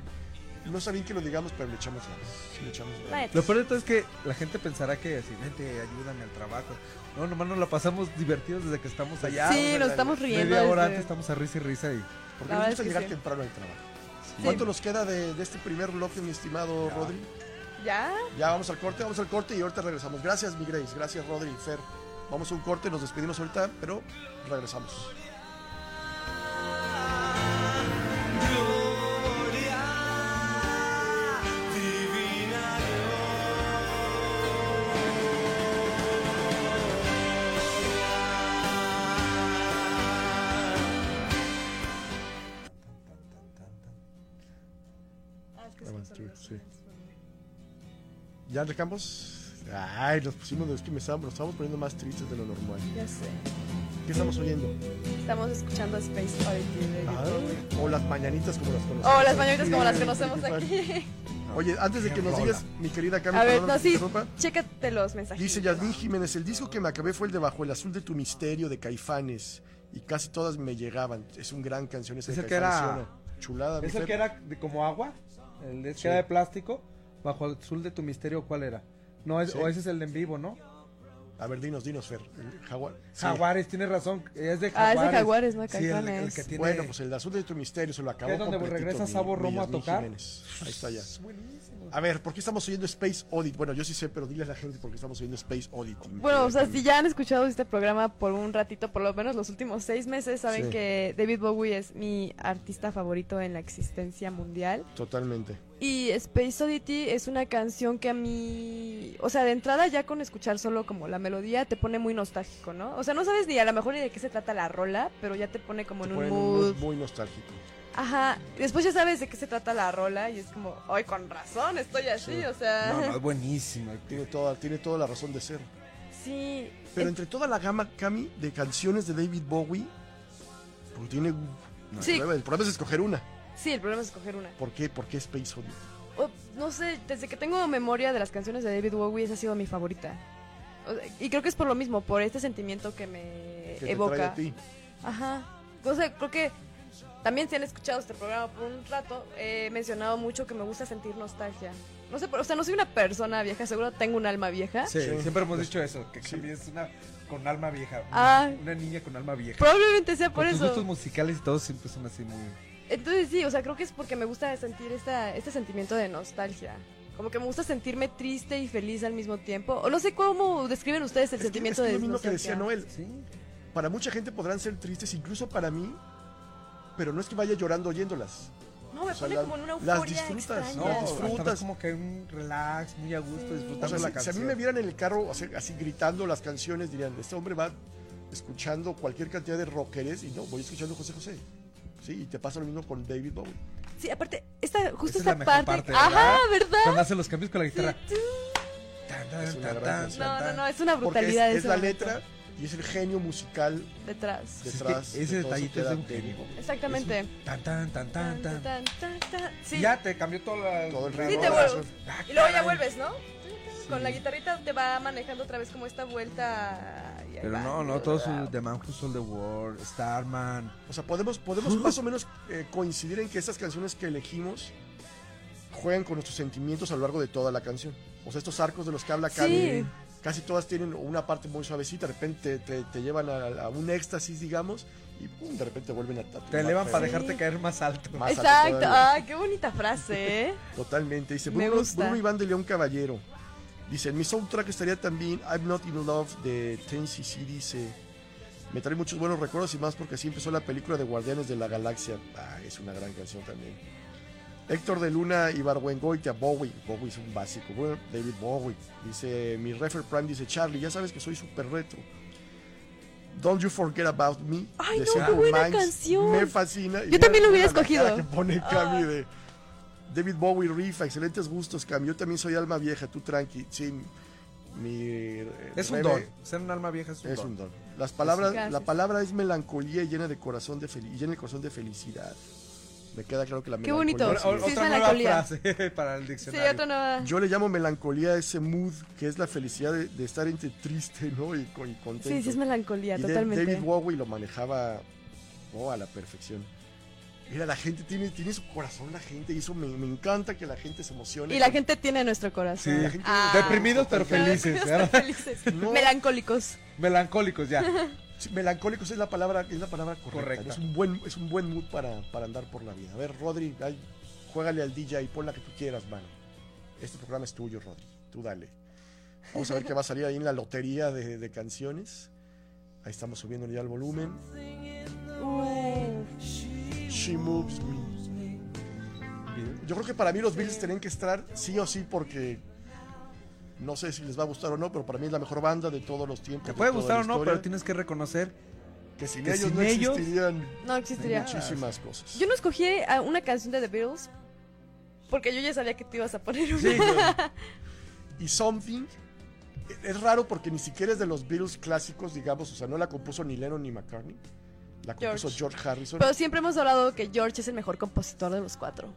C: no sabían que lo digamos, pero le echamos ganas. Le echamos ganas.
B: Vaya.
D: Lo peor de todo es que la gente pensará que así, vente, ayúdame al trabajo. No, nomás nos la pasamos divertidos desde que estamos allá.
C: ya,
B: Sí,
C: hombre,
B: nos
C: la-
B: estamos riendo.
D: Media hora
B: desde-
D: antes estamos a risa y risa y...
C: Porque
B: La verdad
C: nos gusta
B: es que
C: llegar
B: sí.
C: temprano al trabajo.
D: Sí.
C: ¿Cuánto nos queda de, de este primer bloque, mi estimado
D: Ya.
C: Rodri?
B: ¿Ya?
C: Ya vamos al corte, vamos al corte y ahorita regresamos. Gracias, mi Grace. Gracias, Rodri y Fer. Vamos a un corte, nos despedimos ahorita, pero regresamos. ¿Ya arrancamos? Ay, nos pusimos, es que me estábamos, nos estábamos poniendo más tristes de lo normal.
B: Ya sé.
C: ¿Qué estamos oyendo?
B: Estamos escuchando Space Oddity de
C: Ah,
B: YouTube.
C: o las mañanitas como las
B: O
C: conocemos.
B: las mañanitas como las
C: Sí,
B: conocemos
C: Spotify.
B: aquí. <laughs>
C: Oye, antes de que nos
D: Rola.
C: digas, mi querida Carmen,
B: A ver,
C: perdona
B: no,
C: que te
B: sí,
C: interrumpa.
B: chécate los mensajes.
C: Dice Yasmín Jiménez, el disco que me acabé fue el de Bajo el Azul de tu Misterio de Caifanes. Y casi todas me llegaban. Es un gran canción ese
D: Es
C: de
D: el que
C: Caifanes.
D: era-
C: ¿sí o no? Chulada. mi
D: ¿Es el
C: Fer.
D: que era de- como agua? ¿El de- que
C: Sí.
D: era de plástico? ¿Bajo el azul de tu misterio cuál era? No, es,
C: Sí.
D: o ese es el de en vivo, ¿no?
C: A ver, dinos, dinos, Fer. El jaguar. sí.
D: Jaguares, tienes razón. Es de
B: Ah, es
D: jaguares.
B: de jaguares, no de
D: Sí, el- el
B: caifanes.
D: que tiene-
C: Bueno, pues el de Azul de tu Misterio se lo acabó
D: ¿Qué es donde
C: completito
D: regresa
C: mi-
D: Sabo
C: mi
D: Romo a
C: Yasmín
D: tocar?
C: Jiménez. Ahí está ya.
D: Es buenísimo.
C: A ver, ¿por qué estamos oyendo Space Oddity? Bueno, yo sí sé, pero dile a la gente por qué estamos oyendo Space Oddity. mi
B: Bueno,
C: querida
B: o sea,
C: Carmen.
B: si ya han escuchado este programa por un ratito, por lo menos los últimos seis meses, saben
C: Sí.
B: que David Bowie es mi artista favorito en la existencia mundial.
C: Totalmente.
B: Y Space Oddity es una canción que a mí, o sea, de entrada ya con escuchar solo como la melodía te pone muy nostálgico, ¿no? O sea, no sabes ni a lo mejor ni de qué se trata la rola, pero ya te pone como
C: Te
B: en un
C: ponen un mood
B: mood.
C: muy nostálgico.
B: Ajá, después ya sabes de qué se trata la rola y es como, ay, con razón, estoy así,
C: Sí.
B: o sea,
D: No, no, es buenísimo.
C: Tiene toda, tiene toda la razón de ser.
B: <laughs> sí. Eh,
C: Pero entre toda la gama, Cami, de canciones de David Bowie, pues tiene... no,
B: Sí.
C: el, problema, el problema es escoger una.
B: Sí, el problema es escoger una.
C: ¿Por qué? ¿Por qué Space Oddity?
B: O, no sé, desde que tengo memoria de las canciones de David Bowie, esa ha sido mi favorita. O sea, y creo que es por lo mismo, por este sentimiento que me
C: ¿Qué te trae a
B: evoca.
C: ti?
B: Ajá. O sea, creo que también si han escuchado este programa por un rato, he mencionado mucho que me gusta sentir nostalgia. No sé, pero- o sea, no soy una persona vieja, seguro tengo un alma vieja.
D: Sí,
C: Sí. Pues,
D: siempre hemos dicho eso, que
C: Sí.
D: Cami es una con alma vieja.
B: Ah.
D: Una niña con alma vieja.
B: Probablemente sea por
D: Con tus
B: eso.
D: gustos musicales y todos siempre son así muy...
B: Entonces sí, o sea, creo que es porque me gusta sentir esta, este sentimiento de nostalgia. Como que me gusta sentirme triste y feliz al mismo tiempo. O no sé cómo describen ustedes el
C: Es que-
B: sentimiento
C: es que
B: de
C: es lo mismo que
B: nostalgia.
C: decía Noel.
D: Sí.
C: Para mucha gente podrán ser tristes, incluso para mí, pero no es que vaya llorando oyéndolas.
B: No, me
C: O sea,
B: pone
C: la-
B: como en una euforia
C: las disfrutas,
D: No,
B: extraña.
C: Las
D: hasta ves
C: disfrutas.
D: como que un relax, muy a gusto,
B: Sí.
C: O
D: disfrutando la
C: sea, si, si a
D: canción.
C: mí me vieran en el carro o sea, así gritando las canciones, dirían, este hombre va escuchando cualquier cantidad de rockeres y no, voy escuchando José José. Sí, y te pasa lo mismo con David Bowie.
B: Sí, aparte, esta,
D: Esa
B: justo
D: es la
B: esta
D: mejor parte,
B: parte. Ajá, ¿verdad?
D: Cuando hace los cambios con la guitarra.
B: Sí,
D: Tan, tan,
C: Es una
D: tan,
C: gran
D: tan,
C: canción.
B: No,
D: tan,
B: no,
D: tan.
B: no, es una
C: Porque es,
B: brutalidad
C: es
B: ese
C: la
B: momento
C: letra y es el genio musical
B: detrás.
D: Es que
C: detrás.
D: ese
C: de todo eso
D: detallito
C: que
D: es
C: da
D: de un
C: David
D: genio.
C: Bowie.
B: Exactamente.
D: Tan, tan, tan, tan, tan.
B: Tan, tan, tan. Sí.
D: Y ya te cambió todo, la,
C: Todo el
D: la
C: ritmo
B: te
C: de
D: rola.
C: la
B: vuelvo.
C: canción.
D: Ah,
B: Y luego ya
D: caray.
B: vuelves, ¿no? Con la guitarrita te va manejando otra vez como esta vuelta. y ahí
D: Pero
B: va.
D: no, no, todo su The Man Who Sold the World, Starman.
C: O sea, podemos, podemos más o menos eh, coincidir en que estas canciones que elegimos juegan con nuestros sentimientos a lo largo de toda la canción. O sea, estos arcos de los que habla Kanye,
B: Sí.
C: casi todas tienen una parte muy suavecita, de repente te, te llevan a, a un éxtasis, digamos, y pum, de repente vuelven a... a tumbar
D: Te elevan
C: feo.
D: para dejarte caer más alto.
C: Más alto
B: Exacto.
C: todavía.
B: Ay, qué bonita frase,
C: <laughs>
B: ¿eh?
C: Totalmente. Dice
B: Me
C: Bruno,
B: gusta.
C: Bruno Iván de León Caballero. Dice, en mi soundtrack estaría también I'm Not In Love de Tennessee Dice, me trae muchos buenos recuerdos y más porque así empezó la película de Guardianes de la Galaxia. Ah, es una gran canción también. Héctor de Luna y Barwengoitia, Bowie. Bowie es un básico. Bueno, David Bowie. Dice, mi refer prime dice, Charlie, ya sabes que soy súper retro. Don't You Forget About Me.
B: Ay,
C: de
B: no, qué
C: Simple
B: buena
C: Minds.
B: canción.
C: Me fascina. Y
B: Yo también lo hubiera
C: la cara
B: escogido. Ah.
C: que pone Cami de- David Bowie, Rifa, excelentes gustos, Cam. Yo también soy alma vieja, tú tranqui. Sí, mi. eh,
D: Es un don.
C: Rebe
D: Ser un alma vieja es un
C: Es
D: don.
C: un don. Las palabras,
B: Gracias.
C: la palabra es melancolía y llena de corazón de fel- y llena el corazón de felicidad. Me queda claro que la
B: Qué bonito.
C: melancolía-
D: Ahora, o-
B: Sí, es
D: otra nueva
B: melancolía.
D: frase <laughs> para el
B: Sí,
D: diccionario.
B: otra nueva.
C: Yo le llamo melancolía a ese mood que es la felicidad de, de estar entre triste, ¿no? Y, co- y contento.
B: Sí, sí, es melancolía,
C: Y de-
B: totalmente.
C: David Bowie lo manejaba oh, a la perfección. Mira, la gente tiene, tiene su corazón, la gente, y eso me, me encanta que la gente se emocione.
B: Y la gente tiene nuestro corazón.
D: Sí.
C: La gente-
B: Ah.
D: Deprimidos pero felices.
B: Pero
D: ¿verdad?
C: <laughs>
B: felices.
C: No.
B: Melancólicos.
D: Melancólicos
C: <laughs>
D: ya.
C: Sí, Melancólicos es la palabra, es la palabra correcta.
D: Correcta.
C: Es un buen, es un buen mood para, para andar por la vida. A ver, Rodri, ay, juégale al DJ, pon la que tú quieras, mano. Este programa es tuyo, Rodri. Tú dale. Vamos a ver qué va a salir ahí en la lotería de, de canciones. Ahí estamos subiendo ya el volumen. She moves me. Yo creo que para mí los Bills tienen que estar sí o sí porque no sé si les va a gustar o no, pero para mí es la mejor banda de todos los tiempos.
D: Te
C: de
D: puede
C: toda
D: gustar
C: la
D: o no,
C: historia.
D: pero tienes que reconocer
C: que sin
D: que
C: ellos
D: sin
C: no
D: ellos-
C: existirían
B: No existiría.
C: muchísimas cosas.
B: Yo no escogí a una canción de The Beatles porque yo ya sabía que te ibas a poner una.
C: Sí, güey. y Something es raro porque ni siquiera es de los Beatles clásicos, digamos, o sea, no la compuso ni Lennon ni McCartney. La compuso
B: George.
C: George, Harrison
B: Pero siempre hemos hablado que George es el mejor compositor de los cuatro.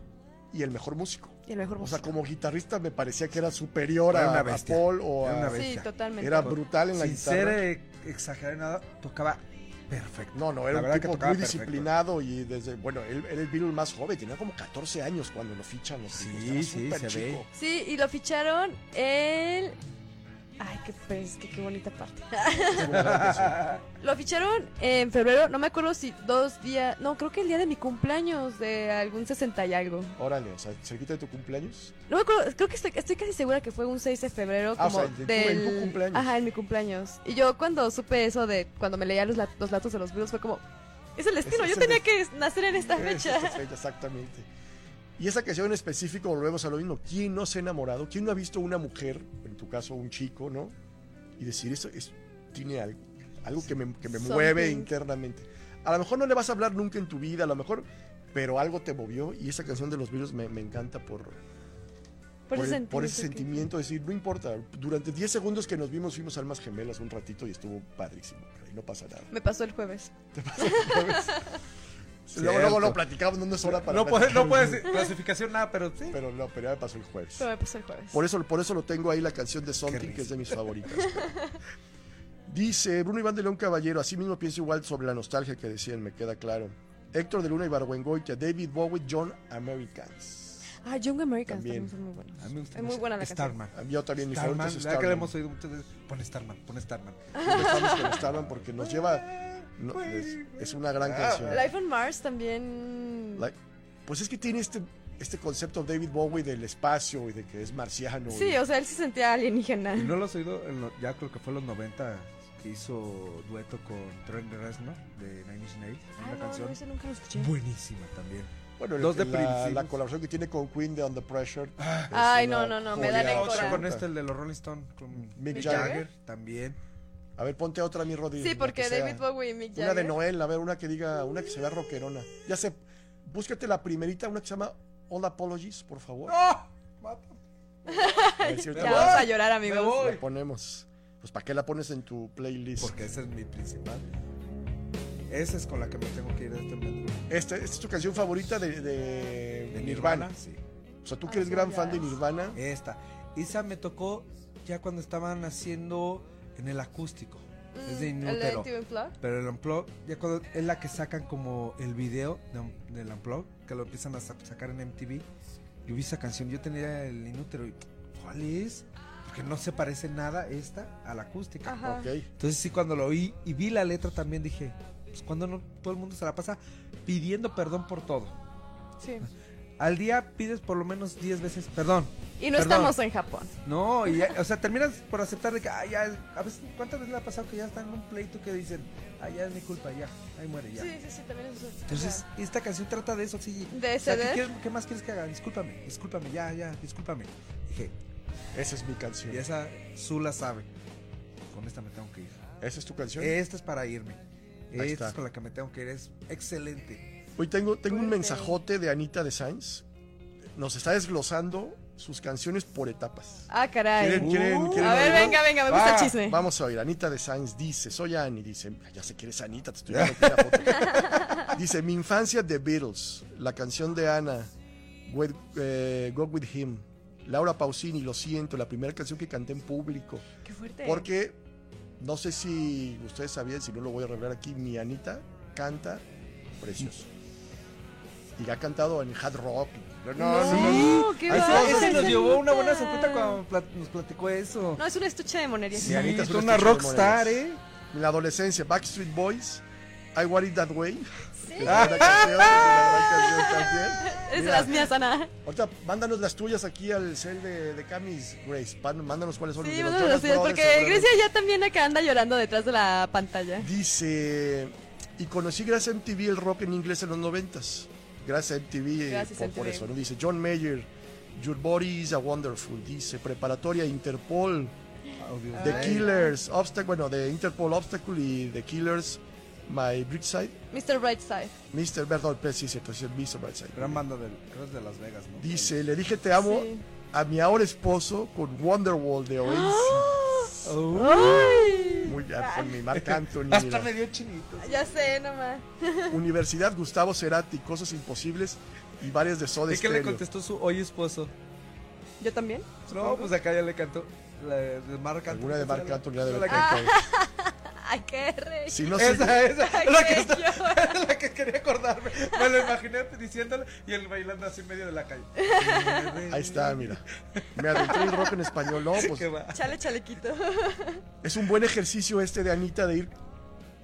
C: y el mejor músico.
B: Y el mejor
C: O sea,
B: músico.
C: como guitarrista me parecía que era superior
D: Era
C: a,
D: una
C: a
D: bestia.
C: Paul o
D: Era una
C: a...
D: bestia.
B: Sí,
D: Era
B: totalmente.
C: Era brutal en la
D: sin
C: guitarra.
D: ser eh, exagerado en nada, tocaba perfecto.
C: No, no,
D: La
C: era un
D: verdad que
C: tipo
D: tocaba
C: muy
D: perfecto.
C: disciplinado y desde, bueno, él era el Beatle más joven, tenía como 14 años cuando lo fichan los
D: Sí,
C: tipos, estaba
D: sí,
C: súper
D: se ve.
C: chico.
B: Sí, y lo ficharon el. Ay, qué pez, que qué bonita parte.
C: Es una gran canción.
D: <laughs>
B: Lo ficharon en febrero, no me acuerdo si dos días. No, creo que el día de mi cumpleaños, de algún 60 y algo.
C: Órale, o sea, cerquita de tu cumpleaños.
B: No me acuerdo, creo que estoy, estoy casi segura que fue un 6 de febrero.
C: Ah, o
B: como
C: sea, en tu-
B: del...
C: en tu cumpleaños.
B: Ajá, en mi cumpleaños. Y yo cuando supe eso de cuando me leía los, lat- los datos de los virus fue como, es el destino,
C: es
B: yo
C: el
B: tenía
C: des-
B: que nacer en esta
C: Es,
B: fecha.
C: esta fecha, exactamente. Y esa canción en específico, volvemos a lo mismo. ¿Quién no se ha enamorado? ¿Quién no ha visto una mujer, en tu caso un chico, ¿no? Y decir, eso es, tiene algo, algo que me, que me
B: Something.
C: mueve internamente. A lo mejor no le vas a hablar nunca en tu vida, a lo mejor, pero algo te movió. Y esa canción de los virus me, me encanta por, por, el- por ese
B: que-
C: sentimiento. de decir, no importa, durante 10 segundos que nos vimos, fuimos almas gemelas un ratito y estuvo padrísimo. caray, no pasa nada.
B: Me pasó el jueves.
C: Luego, luego lo
D: Cierto.
C: platicamos, no, no es hora para.
D: No puedes, no
C: platicar. <laughs>
D: puedes, clasificación nada, pero sí.
C: Pero no, pero ya me pasó el jueves.
B: Pero me pasó el jueves.
C: Por eso, por eso lo tengo ahí la canción de Something,
D: risa.
C: que es de mis favoritas.
D: <laughs>
C: Dice Bruno Iván de León Caballero, así mismo pienso igual sobre la nostalgia que decían, me queda claro. Héctor de Luna y Barwengoitia, David Bowie, John Americans.
B: Ah, Young Americans
C: También.
B: también,
C: Ah.
B: son muy buenos.
D: A mí me gusta
B: Es muy
D: mucho
B: buena la canción.
D: Starman.
C: A mí yo también mi favorito
D: Starman,
C: es
D: ya que
C: Starman.
D: la hemos oído muchas veces. Pon Starman, pon Starman.
C: Empezamos con Starman porque nos lleva... no, es, es una gran
D: Ah.
C: canción.
B: Life on Mars también
C: La- pues es que tiene este, este concepto David Bowie del espacio y de que es marciano. y-
B: Sí, o sea, él se sentía alienígena.
D: Y no lo has oído, en lo- ya creo que fue en los 90 que hizo dueto con Trent Reznor de Nine Inch Nails.
B: Ah,
D: una
B: no,
D: canción
B: no, ese nunca lo escuché.
D: buenísima también.
C: bueno, el-
D: dos de
C: la,
D: Prince,
C: la
D: sí.
C: colaboración que tiene con Queen de On the Pressure. es
B: Ay,
C: una
B: no, no, no, me da
C: joya.
B: la
D: Otra
B: Cora.
D: con este, el de los Rolling Stones, con
C: Mick
B: Mick
C: Jagger.
B: Jagger.
D: también.
C: A ver, ponte otra, mi Rodri.
B: Sí,
C: la
B: porque
C: que sea.
B: David Bowie y Mick Jagger.
C: Una de Noel, a ver, una que diga, una que se vea rockerona. Ya sé, búscate la primerita, una que se llama All Apologies, por favor.
D: ¡Ah! Mata.
C: A ver si ahorita
B: Ya
C: la-
B: vamos a llorar,
D: Me
B: amigos.
D: voy.
C: la ponemos. Pues, ¿para qué la pones en tu playlist?
D: Porque esa es mi principal. Esa es con la que me tengo que ir de este momento.
C: Esta, esta es tu canción favorita de, de Nirvana.
D: Sí.
C: O
B: Ah,
C: sea, tú que eres gran fan de Nirvana.
D: Esta. Esa me tocó ya cuando estaban haciendo en el acústico.
B: Mm,
D: es de
B: ¿El de
D: Inútero.
B: Teen Plug?
D: Pero el Unplug, ya cuando es la que sacan como el video de un- del Unplug, que lo empiezan a sa- sacar en MTV. Yo vi esa canción, yo tenía el inútero y ¿cuál es? Porque no se parece nada esta a la acústica.
B: Ajá.
C: Ok.
D: Entonces sí, cuando lo oí y vi la letra también dije, pues cuando no todo el mundo se la pasa pidiendo perdón por todo.
B: Sí.
D: Al día pides por lo menos 10 veces perdón.
B: Y no
D: Perdón.
B: estamos en Japón.
D: No, y ya- o sea, terminas por aceptar de que, ah, ya, a veces, ¿cuántas veces le ha pasado que ya están en un pleito que dicen, ah, ya es mi culpa, ya, ahí muere, ya?
B: Sí, sí, sí, también es
D: Entonces, esta canción trata de eso, sí.
B: De
D: O sea, ¿qué,
B: ceder.
D: quieres- qué más quieres que haga? Discúlpame, discúlpame, ya, ya, discúlpame. Dije,
C: Esa es mi canción.
D: y esa Zula sabe. Con esta me tengo que ir.
C: Esa es tu canción.
D: Esta es para irme. Esta
C: está.
D: es con la que me tengo que ir. Es excelente.
C: Hoy tengo, tengo un
B: Ok.
C: mensajote de Anita de Sainz. Nos está desglosando sus canciones por etapas.
B: Ah, caray.
C: ¿Quieren- quieren-
B: Uh,
C: quieren
B: a ver,
C: oírlo?
B: venga, venga, me gusta el
D: Ah, Va,
B: chisme.
C: Vamos a oír. Anita de Sainz dice: Soy Annie. Dice: "Ah, Ya sé que eres Anita, te estoy dando una foto. Dice: Mi infancia de Beatles. La canción de Ana. With- eh, Go with him. Laura Pausini, lo siento. La primera canción que canté en público.
B: Qué fuerte.
C: Porque no sé si ustedes sabían, si no lo voy a revelar aquí, mi Anita canta precioso. Y ha cantado en hard rock.
D: Ah,
B: No,
D: sí.
B: qué
D: Ahí está,
B: bárbaro,
D: ese nos
B: Anita.
D: llevó una buena sorpresa cuando plat- nos platicó eso.
B: No, es un estuche de monerías.
D: Sí,
C: Anita es
D: es
C: una
D: una
C: estuche de
D: rockstar, ¿eh?
C: En la adolescencia, Backstreet Boys, I Want It That Way.
B: Sí.
C: que es una canción, es una gran canción
B: Es de
C: Mira.
B: las mías, Ana.
C: Ahorita, mándanos las tuyas aquí al cel de, de Camis, Grace. Pan- Mándanos cuáles son.
B: Sí,
C: de los
B: bueno, lo
C: Jonas
B: sé,
C: Brothers,
B: porque
C: seguramente.
B: Grecia ya también acá anda llorando detrás de la pantalla.
C: Dice, y conocí gracias a MTV el rock en inglés en los noventas. Gracias a MTV, eh,
B: Gracias,
C: por, por
B: MTV.
C: eso. ¿no? Dice John Mayer, Your Body is a Wonderful. Dice Preparatoria Interpol, The Killers, Obstacle, bueno, de Interpol Obstacle y The Killers, My Brightside.
B: Mr. Brightside.
C: Mr. Verdol, pues, sí, cierto, sí, Mr. Brightside.
D: Gran banda del, creo es de Las Vegas, ¿no?
C: Dice, le dije te amo
B: Sí.
C: a mi ahora esposo con Wonderwall de
B: ¡Ah!
C: Oasis.
D: Oh.
B: ¡Ay!
C: Muy bien, con mi Marc Anthony.
D: <laughs> Hasta
C: mira.
D: me dio chinito.
B: Ya sé, nomás.
C: Universidad Gustavo Cerati, Cosas Imposibles y varias de Soda
D: ¿Y qué le
C: Stereo.
D: contestó su hoy esposo?
B: ¿Yo también?
D: No, pues acá ya le cantó la de de Marc Anthony.
C: Alguna de Marc Anthony la debe
D: La que-
C: tener.
B: ¡Ay, qué rey!
C: <laughs> Si no sé,
D: Ah, Esa, esa, <laughs>
B: Ay,
D: es la que,
B: qué
D: está-
B: llora.
D: es la que quería acordarme. Me lo imaginé diciéndole y él bailando así en medio de la calle.
C: ahí está, mira. Me adentré en rock
D: <laughs>
C: en español, no,
D: Qué
C: pues
D: va.
B: Chale, chalequito.
C: es un buen ejercicio este de Anita de ir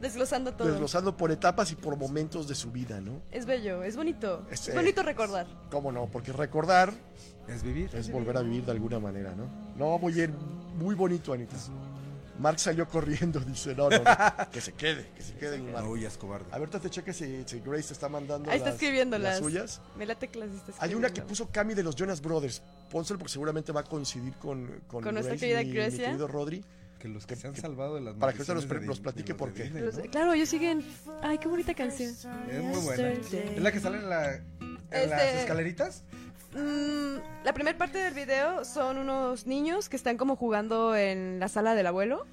B: Desglosando todo.
C: desglosando por etapas y por momentos de su vida, ¿no?
B: Es bello, es bonito.
C: Es,
B: Es,
C: eh,
B: bonito recordar.
C: ¿Cómo no? Porque recordar
D: Es vivir.
C: es volver a vivir de alguna manera, ¿no? No, muy bien, muy bonito, Anita. Marc salió corriendo, <laughs> dice, no, no, no, que se quede, que se quede, mi Marc.
D: huyas, cobarde.
C: A ver, ahorita te cheques si, si Grace te está mandando
B: Ahí está
C: las-
B: escribiéndolas.
C: las suyas.
B: Me late que las está
C: Hay una que
B: escribiendo.
C: puso Cami de los Jonas Brothers. Pónselo porque seguramente va a coincidir con, con,
B: Con nuestra
C: Grace,
B: querida
C: mi- mi
B: Grecia.
C: querido Rodri.
D: Que los que se han
C: que-
D: salvado de las
C: para que ahorita
D: maldiciones
C: los pre-
D: de
C: los
D: Di-
C: platique
D: de los
C: por
D: de
C: qué.
D: Disney,
B: Los-
D: ¿no?
B: Claro, ellos siguen. Ay, qué bonita canción.
D: Es muy buena. Es la que sale en, la, en las
B: Este-
D: escaleritas.
B: Mm, la primera parte del video son unos niños que están como jugando en la sala del abuelo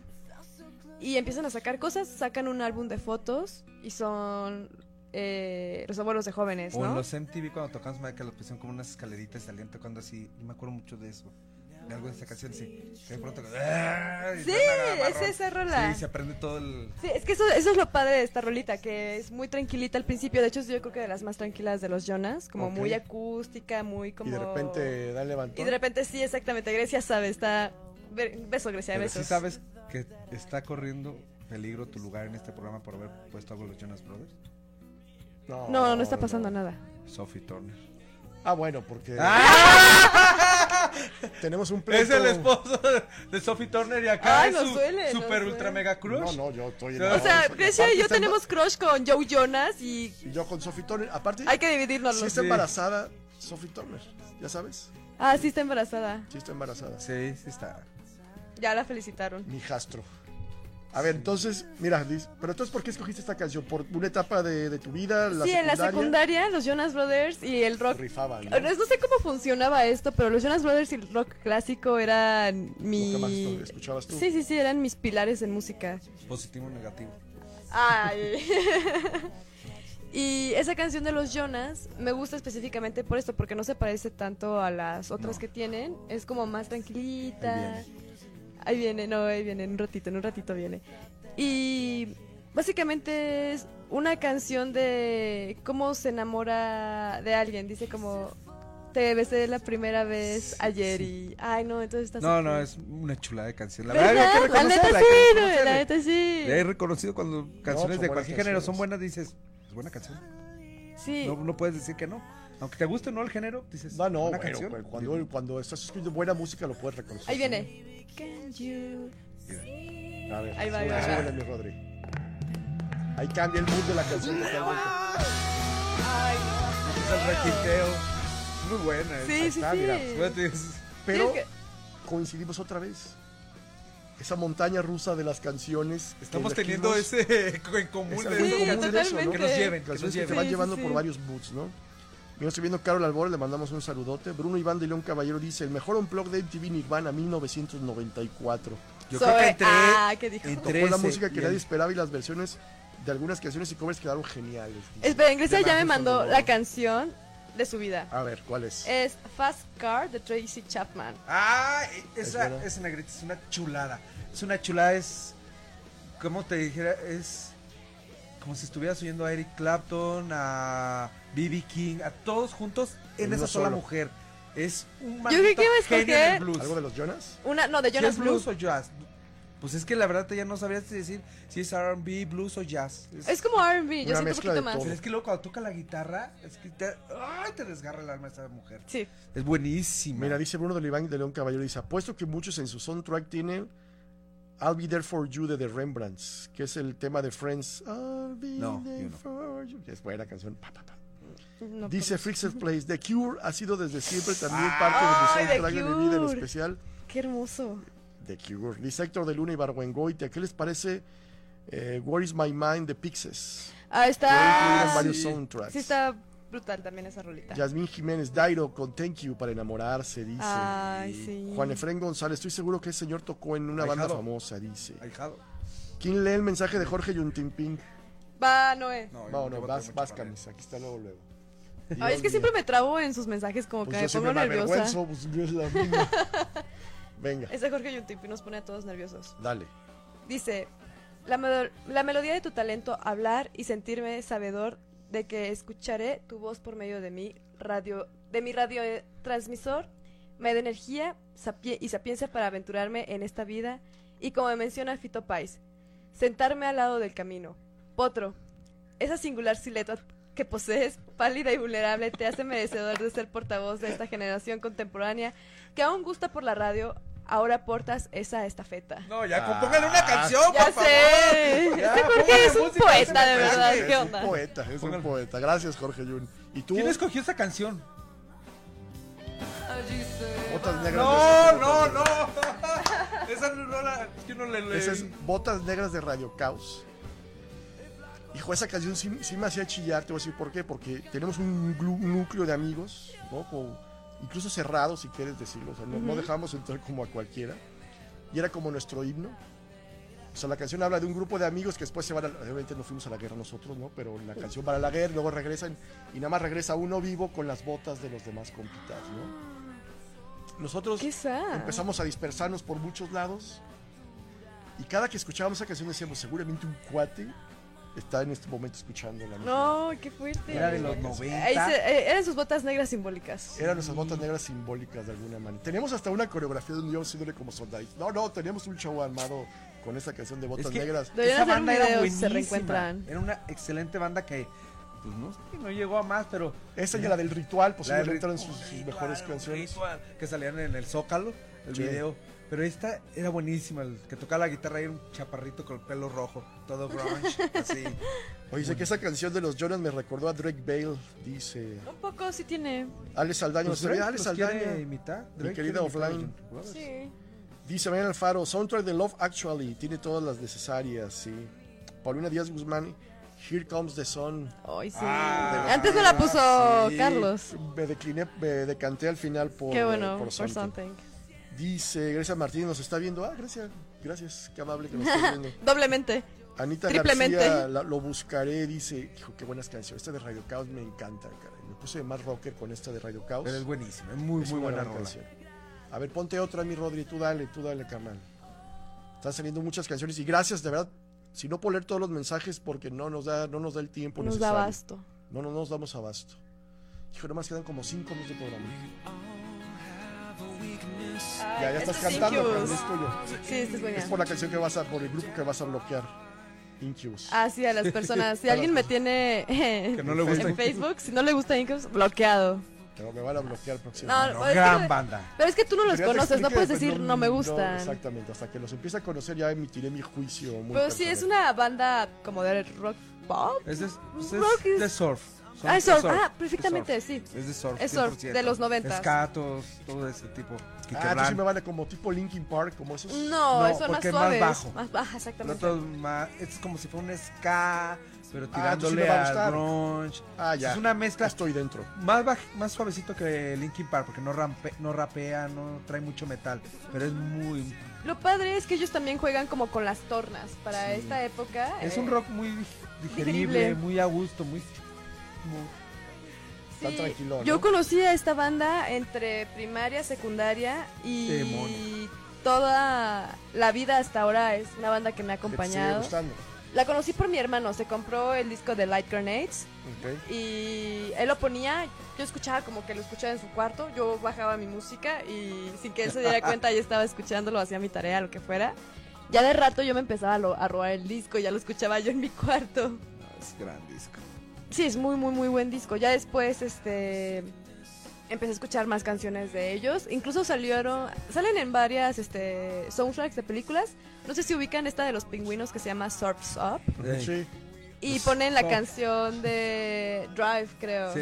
B: y empiezan a sacar cosas, sacan un álbum de fotos y son eh, los abuelos de jóvenes,
D: O en
B: ¿no?
D: los MTV cuando tocaban Michael, los pusieron como unas escaleritas y salían tocando así. Y me acuerdo mucho de eso. De algo de esa canción, sí. Que de pronto. ¡ah! y
B: Sí,
D: suena la marrón.
B: es esa rola.
D: Sí, se aprende todo el.
B: Sí, es que eso, eso es lo padre de esta rolita, que es muy tranquilita al principio. De hecho, es yo creo que de las más tranquilas de los Jonas, como
C: Ok.
B: muy acústica, muy como.
C: Y de repente dan levantón.
B: Y de repente, sí, exactamente. Grecia sabe, está. Be- Beso, Grecia,
D: Pero
B: besos.
D: sí sabes que está corriendo peligro tu lugar en este programa por haber puesto algo de los Jonas Brothers.
B: No, no está pasando nada.
D: Sophie <laughs> Turner.
C: Ah, bueno, porque tenemos un pleito.
D: ¡Ah! Es el esposo de Sophie Turner y acá
B: Ay,
D: es
B: nos
D: su
B: duele, nos
D: super
B: duele.
D: ultra mega crush.
C: No, no, yo estoy en
D: O
B: O sea,
C: porque
B: Grecia
C: aparte
B: y yo
C: está emba-
B: tenemos crush con Joe Jonas y
C: y Yo con Sophie Turner. Aparte,
B: hay que dividirnos.
C: si está
D: Sí.
C: embarazada, Sophie Turner. Ya sabes,
B: Ah, sí está embarazada.
C: si está embarazada.
D: Sí, sí está.
B: Ya la felicitaron.
C: Mijastro. A ver, entonces, mira, Liz, pero entonces, ¿por qué escogiste esta canción? ¿Por una etapa de, de tu vida? La
B: sí, en la secundaria los Jonas Brothers y el rock
C: Rifaban. ¿no?
B: No no sé cómo funcionaba esto, pero los Jonas Brothers y el rock clásico eran mi...
C: Lo que más escuchabas tú.
B: Sí, sí, sí, eran mis pilares en música.
D: Positivo o negativo.
B: Ay. <laughs> y esa canción de los Jonas me gusta específicamente por esto, porque no se parece tanto a las otras
D: No.
B: que tienen. Es como más tranquilita.
D: Ahí
B: Ahí viene, no, ahí viene, en un ratito, en un ratito viene. Y básicamente es una canción de cómo se enamora de alguien. Dice como, te besé la primera vez ayer y, ay no, entonces estás...
D: No,
B: aquí".
D: no, es una chulada de canción. La
B: ¿Verdad?
D: verdad, hay que
B: La neta
D: reconocerla. hay que
B: sí, no, la
D: reconocerla.
B: neta sí.
D: Ya he reconocido cuando canciones
C: son
D: de
C: buenas
D: cualquier género son
C: canciones.
D: buenas, dices, es buena canción.
B: Sí.
D: No, no puedes decir que no. Aunque te guste o no el género, dices,
C: No, no,
D: buena
C: bueno,
D: canción.
C: pues, cuando, cuando estás escuchando buena música lo puedes reconocer.
B: Ahí viene. Can you-
C: A ver,
B: Ahí va, ahí
C: súbele,
B: va, ahí va.
C: súbele, mi Rodri. Ahí cambia el mood de la canción totalmente.
D: Es el requinteo. Es Muy buena. ¿eh?
B: Sí,
D: es-
B: sí,
C: está,
B: sí.
C: mira,
D: Fíjate, es-
C: Pero
B: Tienes
C: coincidimos otra vez. Esa montaña rusa de las canciones. que
D: Estamos
C: elegimos,
D: teniendo ese <laughs> en común
C: ese
D: de
C: algo
B: Sí,
D: esas
C: común de
D: canciones.
C: eso, ¿no?
B: totalmente.
D: Que nos lleven, que
C: Canciones
D: nos
C: que te
D: lleven.
C: van
B: Sí, sí,
C: llevando
B: sí.
C: por varios moods, ¿no? Yo estoy viendo Carol Albor, le mandamos un saludote. Bruno Iván de León Caballero dice, el mejor unplug de MTV Nirvana 1994.
D: Yo
B: Soy-
D: creo que entre,
B: Ah, ¿qué dijo?
D: entre
C: Tocó la
D: ese
C: música que
D: y el-
C: nadie esperaba y las versiones de algunas canciones y covers quedaron geniales. dice.
B: Espera, en Grecia
C: De
B: ya me
C: Marcos
B: mandó
C: Alonso.
B: la canción de su vida.
C: A ver, ¿cuál es?
B: Es Fast Car de Tracy Chapman.
D: Ah,
C: Es
D: esa,
C: buena.
D: esa negrita es una chulada. Es una chulada, es. ¿Cómo te dijera? Es. Como si estuvieras oyendo a Eric Clapton, a B.B. King, a todos juntos en
C: En
D: esa
C: uno
D: sola
C: solo.
D: mujer. Es un
B: Yo creí que iba a
D: maldito genio
B: escoger
D: del blues.
C: ¿Algo de los Jonas?
B: Una, no, de
D: ¿Sí es
B: Jonas
D: blues
B: Blues.
D: o jazz? Pues es que la verdad ya no sabrías decir si es R&B, blues o jazz. Es-
B: Es como R&B, yo
C: Una
B: siento un
C: mezcla de
B: poquito más.
D: Pero
C: todo.
D: Pues es que luego cuando toca la guitarra, es que te, ¡ay! te desgarra el alma esa mujer.
B: Sí.
D: Es buenísima.
C: Mira, dice Bruno de León- de León Caballero, dice, apuesto que muchos en su soundtrack tienen I'll Be There For You de The Rembrandts, que es el tema de Friends. I'll Be
D: No,
C: There
D: yo no.
C: For You. Es buena canción. Pa, pa, pa.
B: No,
C: Dice
B: <laughs>
C: Freaks of Place, The Cure ha sido desde siempre también
B: Ay,
C: parte
B: The
C: de mi soundtrack de mi vida, en
B: Cure.
C: especial
B: pues, Qué hermoso.
C: The Cure. Dice Héctor de Luna y Barwengoitia, ¿qué les parece eh, Where Is My Mind de Pixies?
B: Ah,
C: Ah,
B: está...
C: varios
D: sí.
C: soundtracks.
B: Sí está brutal también esa rolita.
C: Yasmín Jiménez Dairo con Thank You para enamorarse, dice.
B: Ay, sí.
C: Juan Efrén González, estoy seguro que ese señor tocó en una banda
D: Ahijado.
C: famosa, dice.
D: Ahijado.
C: ¿Quién lee el mensaje de Jorge Yuntimping?
B: Va, Noé.
D: No, yo
C: No,
D: nunca
C: no,
D: voy a
C: vas,
D: tener
C: vas,
D: mucha
C: Camis, aquí está luego, luego.
B: Ay, es que
C: Dios
B: siempre
C: mío.
B: me trabo en sus mensajes, como que
C: Pues yo
B: me pongo
C: siempre me
B: nerviosa.
C: avergüenzo, pues yo es
B: <laughs>
C: la misma. Venga,
B: Ese Jorge Yuntipi nos pone a todos nerviosos.
C: dale.
B: Dice, la, melo- la melodía de tu talento, hablar y sentirme sabedor de que escucharé tu voz por medio de mi radio, de mi radiotransmisor, me da energía sapie- y sapiencia para aventurarme en esta vida y como menciona Fito Pais, sentarme al lado del camino. Potro, esa singular silueta que posees, pálida y vulnerable, te hace merecedor de ser portavoz de esta generación contemporánea que aún gusta por la radio, ahora portas esa estafeta.
D: No, ya,
C: Ah,
D: compóngale una canción,
B: <laughs> Ya
D: por favor.
B: sé.
D: Ya,
B: Este Jorge
D: póngale
B: es un
D: música,
B: poeta,
D: ese me
B: de
D: prende.
B: verdad. <laughs> ¿Qué
C: Es un
B: onda?
C: poeta, es un
D: Póngale.
C: poeta. Gracias, Jorge Yun. ¿Y tú?
D: ¿Quién escogió esa canción?
C: Botas negras
D: No,
C: de-
D: no, no. Esa no, <laughs> no la. Es que no le. le-
C: Esa es Botas Negras de Radio Caos. Hijo, esa canción sí, sí me hacía chillar, te voy a decir por qué, porque tenemos un glu- núcleo de amigos, ¿no? Como- incluso cerrados, si quieres decirlo, o sea, no, no dejamos entrar como a cualquiera, y era como nuestro himno. O sea, la canción habla de un grupo de amigos que después se van a... Obviamente no fuimos a la guerra nosotros, ¿no? Pero la canción va a la guerra, y luego regresan, y nada más regresa uno vivo con las botas de los demás compitas, ¿no? Nosotros
B: ¿Qué sad.
C: empezamos a dispersarnos por muchos lados. Y cada que escuchábamos esa canción decíamos, seguramente un cuate está en este momento escuchando la misma.
B: No, qué fuerte.
D: Era de los
B: Ahí
D: 90.
B: se- eh, eran sus botas negras simbólicas.
C: Eran nuestras botas negras simbólicas de alguna manera. Tenemos hasta una coreografía de un yo haciéndole como soldadito. No, no, teníamos un show armado con esa canción de botas
D: Es que
C: negras.
B: Deberían
D: esa
B: hacer un
D: banda
B: video
D: era
B: si se
D: buenísima.
B: reencuentran.
D: Era una excelente banda que pues no sé, no llegó a más, pero
C: Esa y la del ritual,
D: La del
C: posiblemente eran
D: rit-
C: sus, sus
D: Ritual,
C: mejores canciones.
D: Ritual, que salían en el Zócalo, el
C: Sí.
D: video. Pero esta era buenísima, el que tocaba la guitarra y era un chaparrito con el pelo rojo, todo
C: <laughs>
D: grunge, así.
C: Oye, dice que esa canción de los Jonas me recordó a Drake Bale, dice
B: Un poco sí tiene.
C: Alex Aldaña.
D: Pues
C: nuestra querida
D: Drake
C: Alex
D: los quiere
C: Aldaña.
D: imitar,
C: mi
D: Drake
C: querida
D: quiere imitar a
C: offline.
D: John Waters.
B: Sí.
C: Dice Mariana Alfaro, soundtrack de Love Actually, tiene todas las necesarias, sí. Paulina Díaz Guzmán, Here Comes the Sun.
B: Ay, sí.
D: Ah,
B: Antes me la puso
D: sí.
B: Carlos.
C: Me decliné, me decanté al final por,
B: Qué bueno,
C: eh,
B: por
C: something.
B: something.
C: Dice Grecia Martínez, nos está viendo. Ah, gracias, gracias, qué
B: <laughs>
C: amable que nos está viendo.
B: Doblemente.
C: Anita
B: Triplemente.
C: García, la- lo buscaré, dice, hijo, qué buenas canciones. Esta de Radio Caos me encanta, caray. Me puse más rocker con esta de Radio Caos.
D: Pero es buenísima, es muy,
C: Es
D: muy
C: una
D: buena
C: gran
D: rola.
C: canción. A ver, ponte otra, mi Rodri, tú dale, tú dale, carnal. Están saliendo muchas canciones y gracias, de verdad. Si no por leer todos los mensajes porque no nos da, no nos da el tiempo
B: Nos da
C: necesario.
B: abasto.
C: No, no nos damos abasto. Hijo, nomás quedan como cinco minutos de programa.
B: Ah,
C: ya, ya estás cantando, pero es tuyo.
B: Sí, esta es
C: Es
B: buena.
C: por la canción que vas a, por el grupo que vas a bloquear. Incubus.
B: Ah, sí, a las personas. Si alguien me tiene
D: Que no le gusta.
B: en Facebook, si no le gusta Incubs, bloqueado.
C: Pero me van a bloquear próximamente.
B: No,
D: No,
B: pues, es
D: gran
B: que-
D: banda.
B: Pero es que tú no los
C: Quería te
B: conoces, no
C: explique,
B: puedes
C: pues,
B: decir no me
C: no,
B: gustan.
C: exactamente, hasta que los empiece a conocer ya emitiré mi juicio. Muy
B: Pero sí, es
C: personal.
B: una banda como de rock pop.
D: Ese es, pues
B: Rock
D: es
B: is-
D: de surf. son
B: Ah,
D: de
B: es surf.
D: surf,
B: Ah,
D: de
B: perfectamente,
D: surf.
B: sí.
D: Es de surf.
B: Es surf,
D: 100%.
B: de los noventas.
D: Escatos, todo ese tipo. Kike
C: Ah, entonces sí
D: Blanco.
C: me vale como tipo Linkin Park, como esos.
B: No,
D: No,
B: eso son más
D: porque es más
B: suaves.
D: bajo.
B: Más baja,
D: Pero
B: exactamente.
D: todo más- es como si fuera un ska, pero
C: Ah, entonces sí
D: tirándole
C: me va a
D: a
C: gustar.
D: grunge.
C: Ah, ya.
D: Es una mezcla
C: Estoy dentro.
D: más, baj- más suavecito que Linkin Park, porque no, rampe- no rapea, no trae mucho metal, pero es muy...
B: Lo padre es que ellos también juegan como con las tornas para
D: Sí.
B: esta época.
D: Es
B: eh,
D: un rock muy dig- digerible,
B: Digerible.
D: muy a gusto, muy... muy-
C: tan tranquilón,
B: Yo
C: ¿no?
B: conocí a esta banda entre primaria, secundaria y
D: Demonio.
B: toda la vida hasta ahora es una banda que me ha
C: que te sigue
B: acompañado.
C: gustando.
B: La conocí por mi hermano, se compró el disco de Light Grenades
C: Ok.
B: y él lo ponía, yo escuchaba como que lo escuchaba en su cuarto, yo bajaba mi música y sin que él se diera cuenta yo estaba escuchándolo, hacía mi tarea, lo que fuera. Ya de rato yo me empezaba a, lo- a robar el disco, ya lo escuchaba yo en mi cuarto.
D: Ah, Es gran disco.
B: Sí, es muy, muy, muy buen disco. Ya después, este... Empecé a escuchar más canciones de ellos. Incluso salieron... Salen en varias, este... Soundtracks de películas. No sé si ubican esta de los pingüinos que se llama Surf's Up.
D: Sí.
C: Sí.
B: Y
D: Pues,
B: ponen la
D: no.
B: canción de Drive, creo.
D: Los-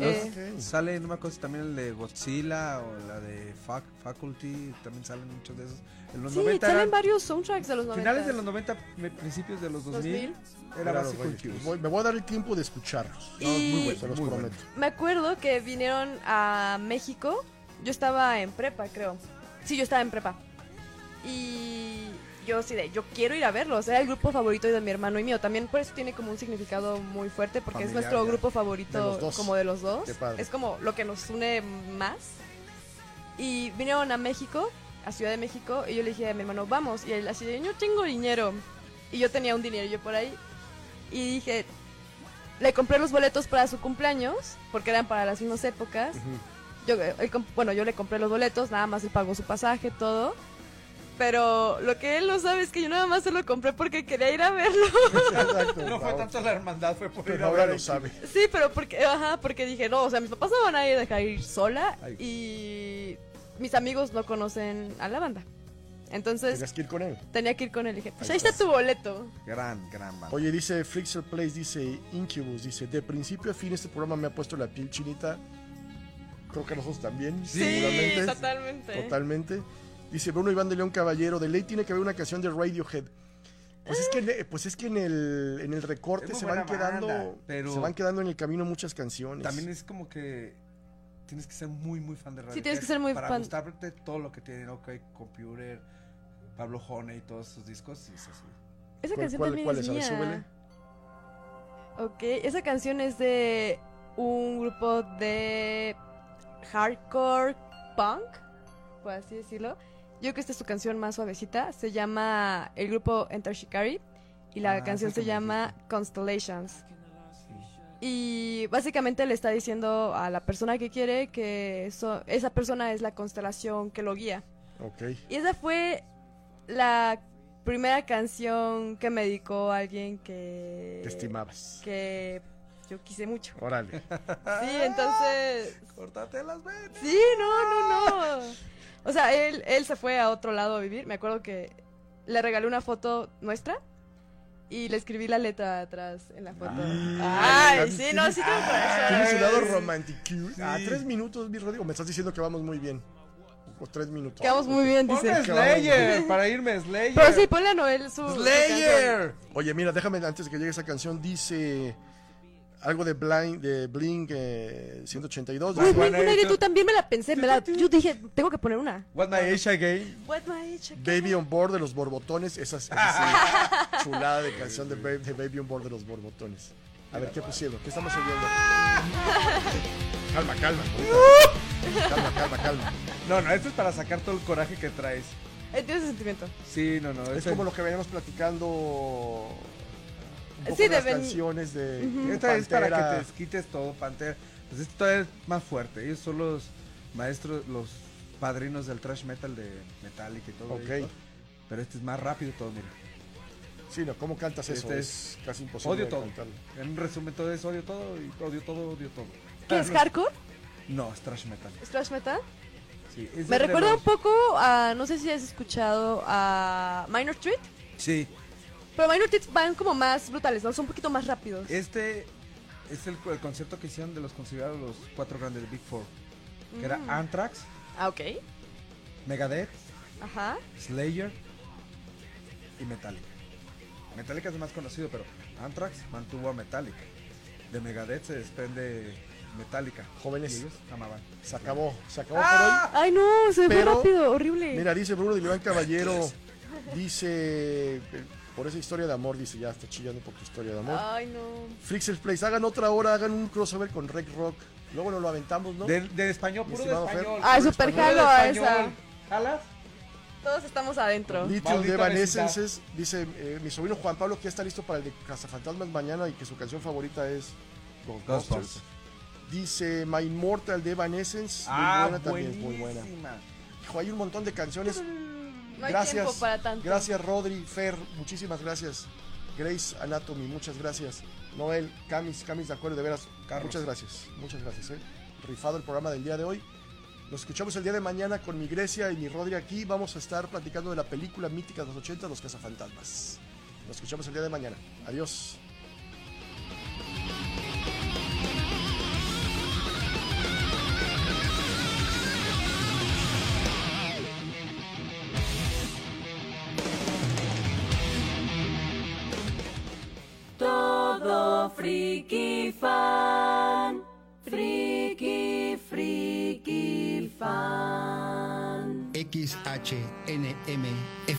B: Eh.
C: Ok.
D: Sale, no me acuerdo si también el de Godzilla o la de Fac- Faculty, también salen muchos de esos. En los
B: Sí,
D: 90
B: salen
D: eran-
B: varios soundtracks de los 90.
D: Finales de los 90, me- principios de los 2000,
B: 2000.
D: era
C: Claro,
D: básico
C: güey.
D: Incubus.
C: Voy- Me voy a dar el tiempo de escucharlos.
B: Y-
D: No, es muy bueno,
C: Se los
D: pues. muy
C: prometo.
B: Me acuerdo que vinieron a México. Yo estaba en prepa, creo. Sí, yo estaba en prepa. Y yo sí de, yo quiero ir a verlos. Era el grupo favorito de mi hermano y mío. También por eso tiene como un significado muy fuerte, porque es
D: Familiar,
B: nuestro
D: ya.
B: grupo
C: De
B: favorito
C: los dos.
B: como de los dos.
C: Qué padre.
B: Es como lo que nos une más. Y vinieron a México, a Ciudad de México, y yo le dije a mi hermano, vamos. Y él así de, yo tengo dinero. Y yo tenía un dinerillo por ahí. Y dije, le compré los boletos para su cumpleaños, porque eran para las mismas épocas. Yo, él comp- bueno, yo le compré los boletos, nada más él pagó su pasaje, todo. Pero lo que él no sabe es que yo nada más se lo compré porque quería ir a verlo.
C: <laughs> Exacto,
D: No fue
C: ahora-
D: tanto la hermandad, fue por ir
C: Pero
D: a
C: ahora
D: ver
C: lo sabe.
B: Sí, pero porque, ajá, porque dije, no, o sea, mis papás no van a ir a dejar ir sola
D: Ay.
B: y mis amigos no conocen a la banda. Entonces
C: Tenías que ir con él.
B: tenía que ir con él y dije, pues
C: Ahí
B: ahí está tu boleto.
D: Gran, gran banda.
C: Oye, dice Flixer Place, dice Incubus, dice, de principio a fin este programa me ha puesto la piel chinita. Creo que nosotros también,
D: Sí,
C: seguramente.
B: totalmente.
C: Totalmente. Dice Bruno Iván de León Caballero, de ley tiene que haber una canción de Radiohead. Pues es que, en- pues es que en, el, en el
D: Es
C: recorte
D: muy
C: se van,
D: buena banda,
C: quedando,
D: pero-
C: se van quedando en el camino muchas canciones.
D: También es como que tienes que ser muy, muy fan de Radio
B: tienes que ser muy
D: para
B: fan.
D: gustarte todo lo que tienen OK Computer, Pablo Honey y todos sus discos. y es así.
B: Esa
C: ¿Cuál-
B: canción
C: cuál-
B: también
C: cuál
B: es,
C: es? A ver,
B: mía.
C: súbele.
B: Ok, esa canción es de un grupo de hardcore punk, por así decirlo. Yo creo que esta es su canción más suavecita. Se llama el grupo Enter Shikari y la
D: Ah,
B: canción
D: esa que
B: se
D: me
B: llama Constellations. Y básicamente le está diciendo a la persona que quiere que so- esa persona es la constelación que lo guía.
C: Ok.
B: Y esa fue la primera canción que me dedicó alguien que...
C: Te estimabas.
B: Que yo quise mucho.
D: <laughs>
C: Órale.
B: Sí, entonces.
D: Córtate las venas.
B: Sí, no, no, no. O sea, él, él se fue a otro lado a vivir. Me acuerdo que le regalé una foto nuestra y le escribí la letra atrás en la foto. Ah. Ay,
C: ay,
B: sí, no, sí tengo
C: Tiene su
B: corazón.
C: lado romántico. A
D: Sí.
C: Ah, tres minutos, mi Rodrigo. Me estás diciendo que vamos muy bien. O tres minutos.
B: Quedamos muy bien,
D: Ponme
B: dice.
D: Slayer para irme Slayer.
B: Pero sí, ponle a Noel su. su canción.
D: Slayer.
C: Pues, Oye, mira, déjame antes de que llegue esa canción. Dice algo de, Blind, de Blink eh, 182.
B: Uy,
C: dice,
B: Blink, una idea, tú también me la pensé. Me la, yo dije, tengo que poner una.
D: What my age again.
B: What my age again?
C: Baby on Board de los Borbotones.
D: <laughs>
C: Esa es esa es una chulada de canción de, Ba- de Baby on Board de los Borbotones. A ver, ¿qué pusieron? ¿Qué estamos
D: <laughs>
C: oyendo? Calma, calma. Calma, calma, calma.
D: No, no, esto es para sacar todo el coraje que traes.
B: Entiendo Eh, ese sentimiento.
D: Sí, no, no.
C: Es
D: ese-
C: como lo que veníamos platicando. Un poco
B: Sí,
C: de
B: de
C: las
B: ven-
C: canciones de.
D: Esta es para
C: Pantera.
D: que te desquites todo, Pantera. Pues esto todavía es más fuerte. Ellos son los maestros, los padrinos del thrash metal de Metallica y todo.
C: Ok.
D: ello. Pero este es más rápido todo, mira.
C: Sí, no, ¿cómo cantas eso?
D: Este
C: es, casi imposible.
D: odio
C: de
D: todo.
C: cantarlo.
D: En un resumen todo es odio todo y odio todo, odio todo. Ah,
B: ¿Qué es hardcore?
D: No, es thrash metal.
B: ¿Es thrash metal?
D: Sí, es
B: Me
D: entre
B: recuerda
D: los-
B: un poco a. No sé si has escuchado a Minor Threat.
D: Sí,
B: Pero Minor Threat van como más brutales, ¿no? Son un poquito más rápidos.
D: este es el, el concierto que hicieron de los considerados los cuatro grandes de Big Four. Que era
B: Mm.
D: Anthrax,
B: Ah, ok.
D: Megadeth,
B: Ajá.
D: Slayer y Metallica. Metallica es el más conocido, pero Anthrax mantuvo a Metallica. De Megadeth se desprende Metallica.
C: Jóvenes.
D: Y ellos amaban.
C: Se acabó, se acabó
D: Ah.
C: por
B: Ay, no, se me fue
C: Pero-
B: rápido,
C: hoy.
B: horrible.
C: Mira, dice Bruno de León Caballero, dice, eh, por esa historia de amor, dice, ya está chillando por tu historia de amor.
B: Ay, no.
C: Flixel Place, hagan otra hora, hagan un crossover con Rec Rock. Luego nos lo aventamos, ¿no?
D: De, de español,
C: Mi
D: puro de
C: estimado Fer.
D: español.
B: Ay,
D: puro
B: super
D: español.
B: jalo
D: Puro
B: a
D: de español. ¿Jalas?
B: Todos estamos adentro.
C: Little
D: Maldita
C: Evanescences, dice eh, mi sobrino Juan Pablo que ya está listo para el de Cazafantasmas mañana y que su canción favorita es Ghostbusters.
D: Ghostbusters.
C: Dice My Immortal de Evanescence,
D: Ah,
C: muy buena también, muy buena.
D: buenísima.
C: Hijo, hay un montón de canciones
B: No hay
C: gracias,
B: tiempo para tanto.
C: Gracias, Rodri, Fer, muchísimas gracias. Grace Anatomy, muchas gracias. Noel, Camis, Camis, de acuerdo, de veras.
D: Carlos.
C: Muchas gracias, muchas gracias. ¿eh? Rifado el programa del día de hoy. Nos escuchamos el día de mañana con mi Grecia y mi Rodri aquí. Vamos a estar platicando de la película mítica de los 80, Los Cazafantasmas. Nos escuchamos el día de mañana. Adiós.
E: Todo friki fan, friki, friki fan.
F: XHNM